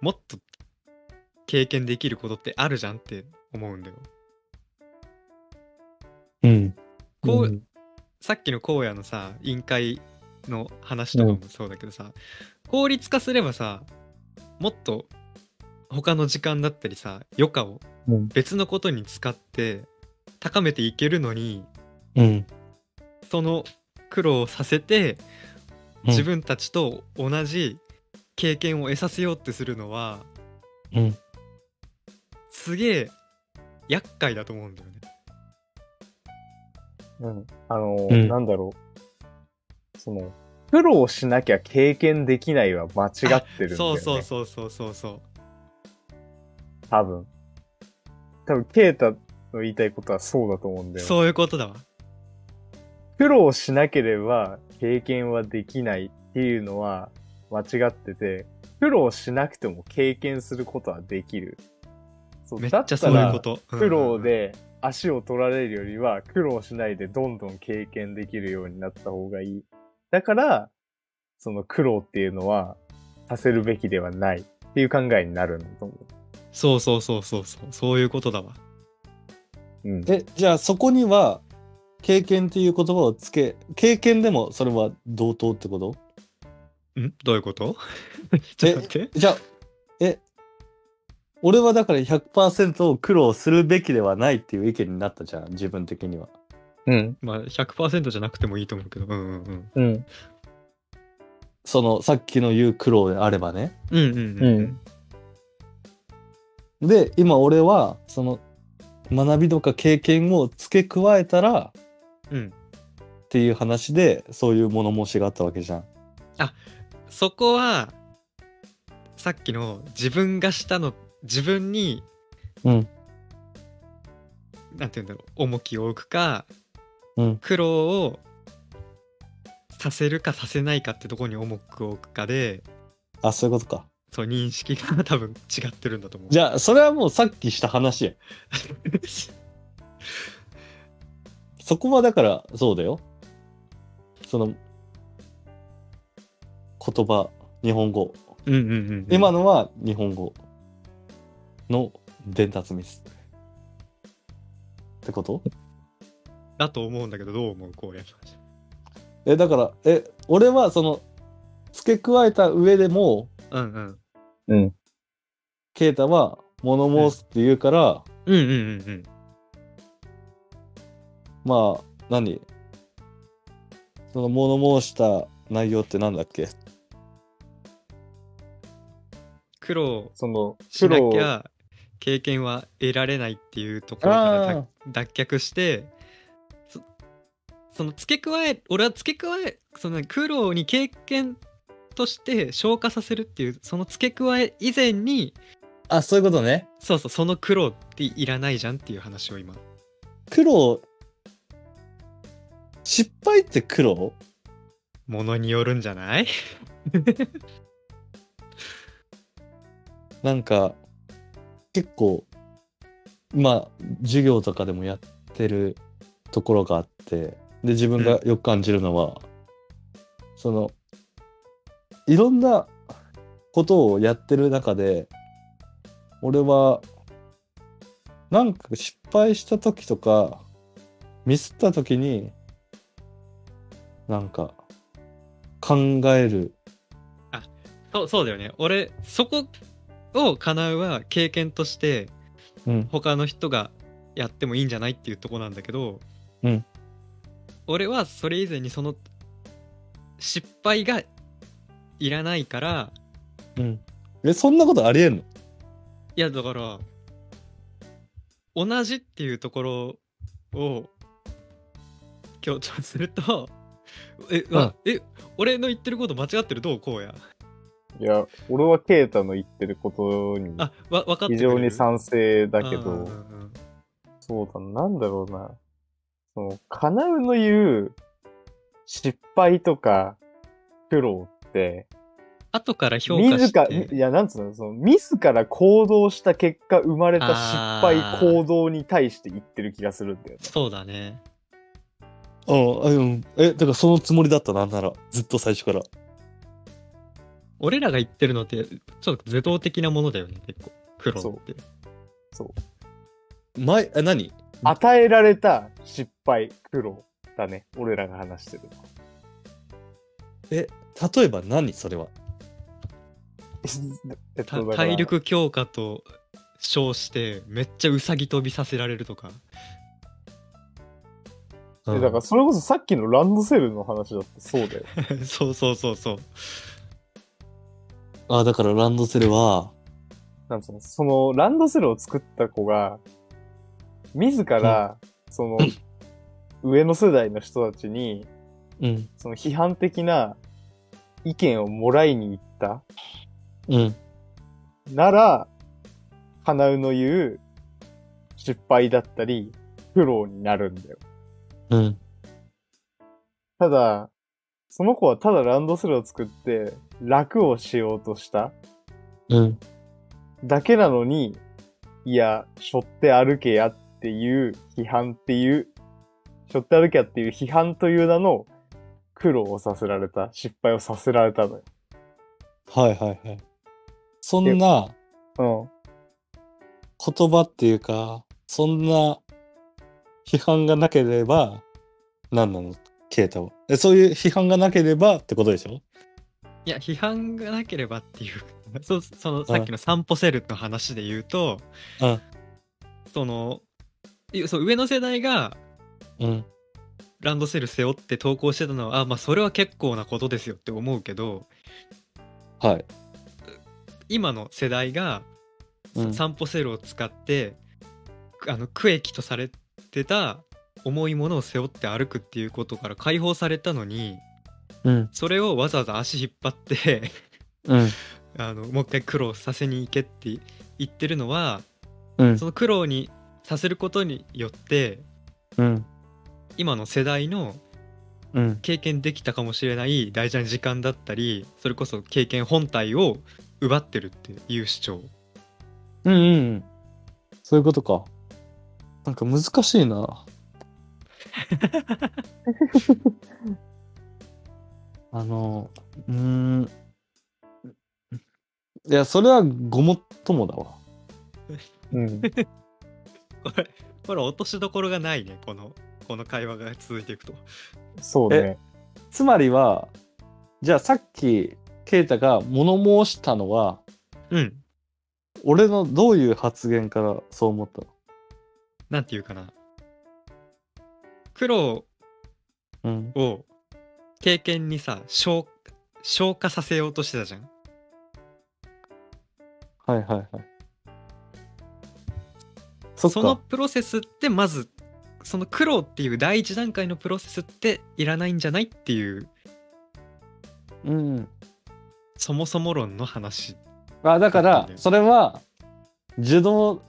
もっと経験できることってあるじゃんって思うんだよ。うん。こううんさっきの荒野のさ委員会の話とかもそうだけどさ、効率化すればさもっと他の時間だったりさ余暇をうん別のことに使って高めていけるのに、うん。その苦労をさせて自分たちと同じ経験を得させようってするのはうん。すげえ厄介だと思うんだよね。うん、あのー、うんなんだろう。その、苦労しなきゃ経験できないは間違ってるんだよ、ね。そうそうそうそうそうそう。多分。多分、ケータの言いたいことはそうだと思うんだよ。そういうことだわ。苦労しなければ経験はできないっていうのは間違ってて、苦労しなくても経験することはできる。そうめっだっちゃたそういうらこ、と。うん苦労。で足を取られるよりは苦労しないでどんどん経験できるようになった方がいい。だから、その苦労っていうのはさせるべきではないっていう考えになるんだと思そうそうそうそうそう。そういうことだわ。う。うん。で、じゃあそこには、経験っていう言葉をつけ、経験でもそれは同等ってことんどういうこと (laughs) ちょっと待って。じゃあ、え、俺はだから100%を苦労するべきではないっていう意見になったじゃん、自分的には。うん。まあ100%じゃなくてもいいと思うけど。うんうんうん。うん。その、さっきの言う苦労であればね。うんうんうん。うんで、今俺は、その、学びとか経験を付け加えたらっうんていう話で、そういう物申しがあったわけじゃん。そこはさっきの自分がしたの自分にうん。なんて言うんだろう重きを置くかうん。苦労をさせるかさせないかってとこに重く置くかであ、そういうことか。そう認識が多分違ってるんだと思う。じゃあ、それはもうさっきした話や。そこはだから、そうだよ。その、言葉、日本語。うんうんうん、うん。今のは日本語の伝達ミス。ってことだと思うんだけどどう思うこうやってえ、だから、え、俺はその、付け加えた上でも、うんうん。うん。ケイタは物申すって言うから、うんうんうんうん。まあ、何その物申した内容ってなんだっけ苦労その、し苦な労きゃ経験は得られないっていうところから脱脱却してそその付け加え俺は付け加えその苦労に経験として消化させるっていうその付け加え以前にあ、そういうことね。そうそうその苦労っていらないじゃんっていう話を今苦労失敗って苦労ものによるんじゃない (laughs) なんか結構まあ授業とかでもやってるところがあってで自分がよく感じるのは、そのいろんなことをやってる中で俺はなんか失敗した時とかミスった時になんか考えるそうそうだよね俺そこを叶うは経験としてうん他の人がやってもいいんじゃないっていうとこなんだけど、うん俺はそれ以前にその失敗がいらないからうんえそんなことありえんのいやだから同じっていうところを強調するとえ,うわ、え俺の言ってること間違ってるどうこうやいや、俺はケータの言ってることにあわ分かって非くれる常に賛成だけうんうんど、うんそうだな、なんだろうな。その、カナウの言う失敗とか苦労って、後から評価自しら、ていや、なんつうの、その、自ら行動した結果生まれた失あ敗ー行動に対して言ってる気がするんだよね。そうだねああうんえだからそのつもりだったなんならずっと最初から俺らが言ってるのってちょっと図動的なものだよね結構苦労って前え何与えられた失敗、苦労だね。俺らが話してる。え例えば何それはえったとだから体力強化と称してめっちゃうさぎ跳びさせられるとかえだからそれこそさっきのランドセルの話だってそうだ (laughs) よ。そうそうそうそう。あだからランドセルはなんつうの、そのランドセルを作った子が、自ら、その、上の世代の人たちに、うんその批判的な意見をもらいに行ったうんなら、花うの言う失敗だったり、苦労になるんだよ。うんただ、その子はただランドセルを作って楽をしようとしたうんだけなのに、いや、しょって歩けやっていう批判っていう、しょって歩けやっていう批判という名の苦労をさせられた、失敗をさせられたのはいはいはいそんなよ。言葉っていうかそんな批判がなければ何なの啓太はえそういう批判がなければってことでしょいや、批判がなければっていうか、 (laughs) そそのさっきの散歩セルの話で言うと、うんその、いそう上の世代がうんランドセル背負って投稿してたのは、あ、まあそれは結構なことですよって思うけど、はい今の世代がうん散歩セルを使って、あの区域とされてた重いものを背負って歩くっていうことから解放されたのに、うんそれをわざわざ足引っ張って、 (laughs) うんあのもう一回苦労させに行けって言ってるのはうんその苦労にさせることによってうん今の世代のうん経験できたかもしれない大事な時間だったりそれこそ経験本体を奪ってるっていう主張うんうんそういうことかなんか難しいなあのうーんいやそれはごもっともだわうん。うん。これこれ落としどころがないねこのこの会話が続いていくとそうね。つまりはじゃあさっき啓太が物申したのはうん俺のどういう発言からそう思ったのなんていうかな苦労うんを経験にさ消消化させようとしてたじゃんはいはいはいそっそのかプロセスってまずその苦労っていう第一段階のプロセスっていらないんじゃないっていううんそもそも論の話あだかだったんらだよそれは受動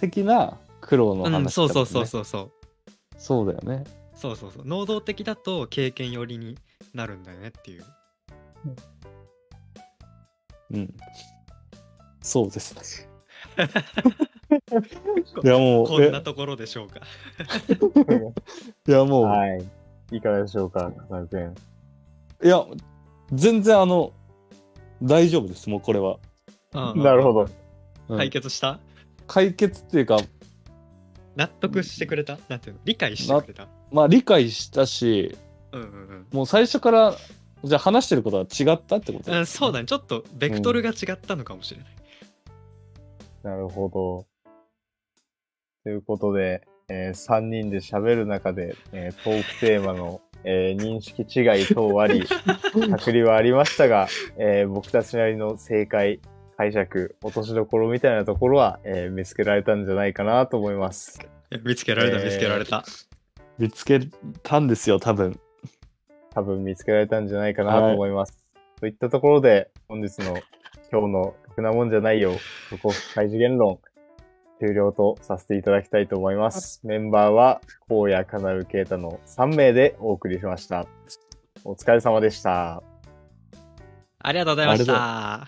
的な苦労の話だもんうねん、そうそうそうそうそうそうだよねそうそうそう能動的だと経験寄りになるんだよねっていううんそうですいやもこうんなえところでしょうか (laughs) いやもう、はい。いかがでしょうか、花くん。い、や全然あの大丈夫ですもうこれは、うんなるほど。うん解決した解決っていうか納得してくれたなんていうの理解してくれたまあ理解したしうんうんもう最初からじゃあ話してることは違ったってことうんうん、そうだねちょっとベクトルが違ったのかもしれない、なるほど。ということで、え3人で喋る中で、えートークテーマの、えー認識違い等あり、隔離はありましたが、えー僕たちなりの正解、解釈、落としどころみたいなところは、えー見つけられたんじゃないかなと思います。いや見つけられたえー見つけられた、見つけたんですよ多分多分見つけられたんじゃないかなと思います。といったところで、本日の今日のろくなもんじゃないよ、ここ、開示言論、終了とさせていただきたいと思います。メンバーは、荒野かなう啓太の3名でお送りしました。お疲れ様でした。ありがとうございましあ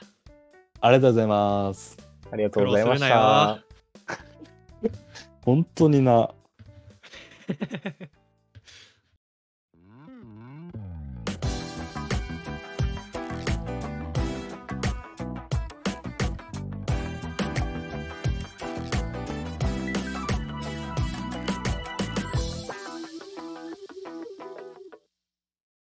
た。ありがとうございます。ありがと苦うご労ざいすまるしなたよ。。本当にな。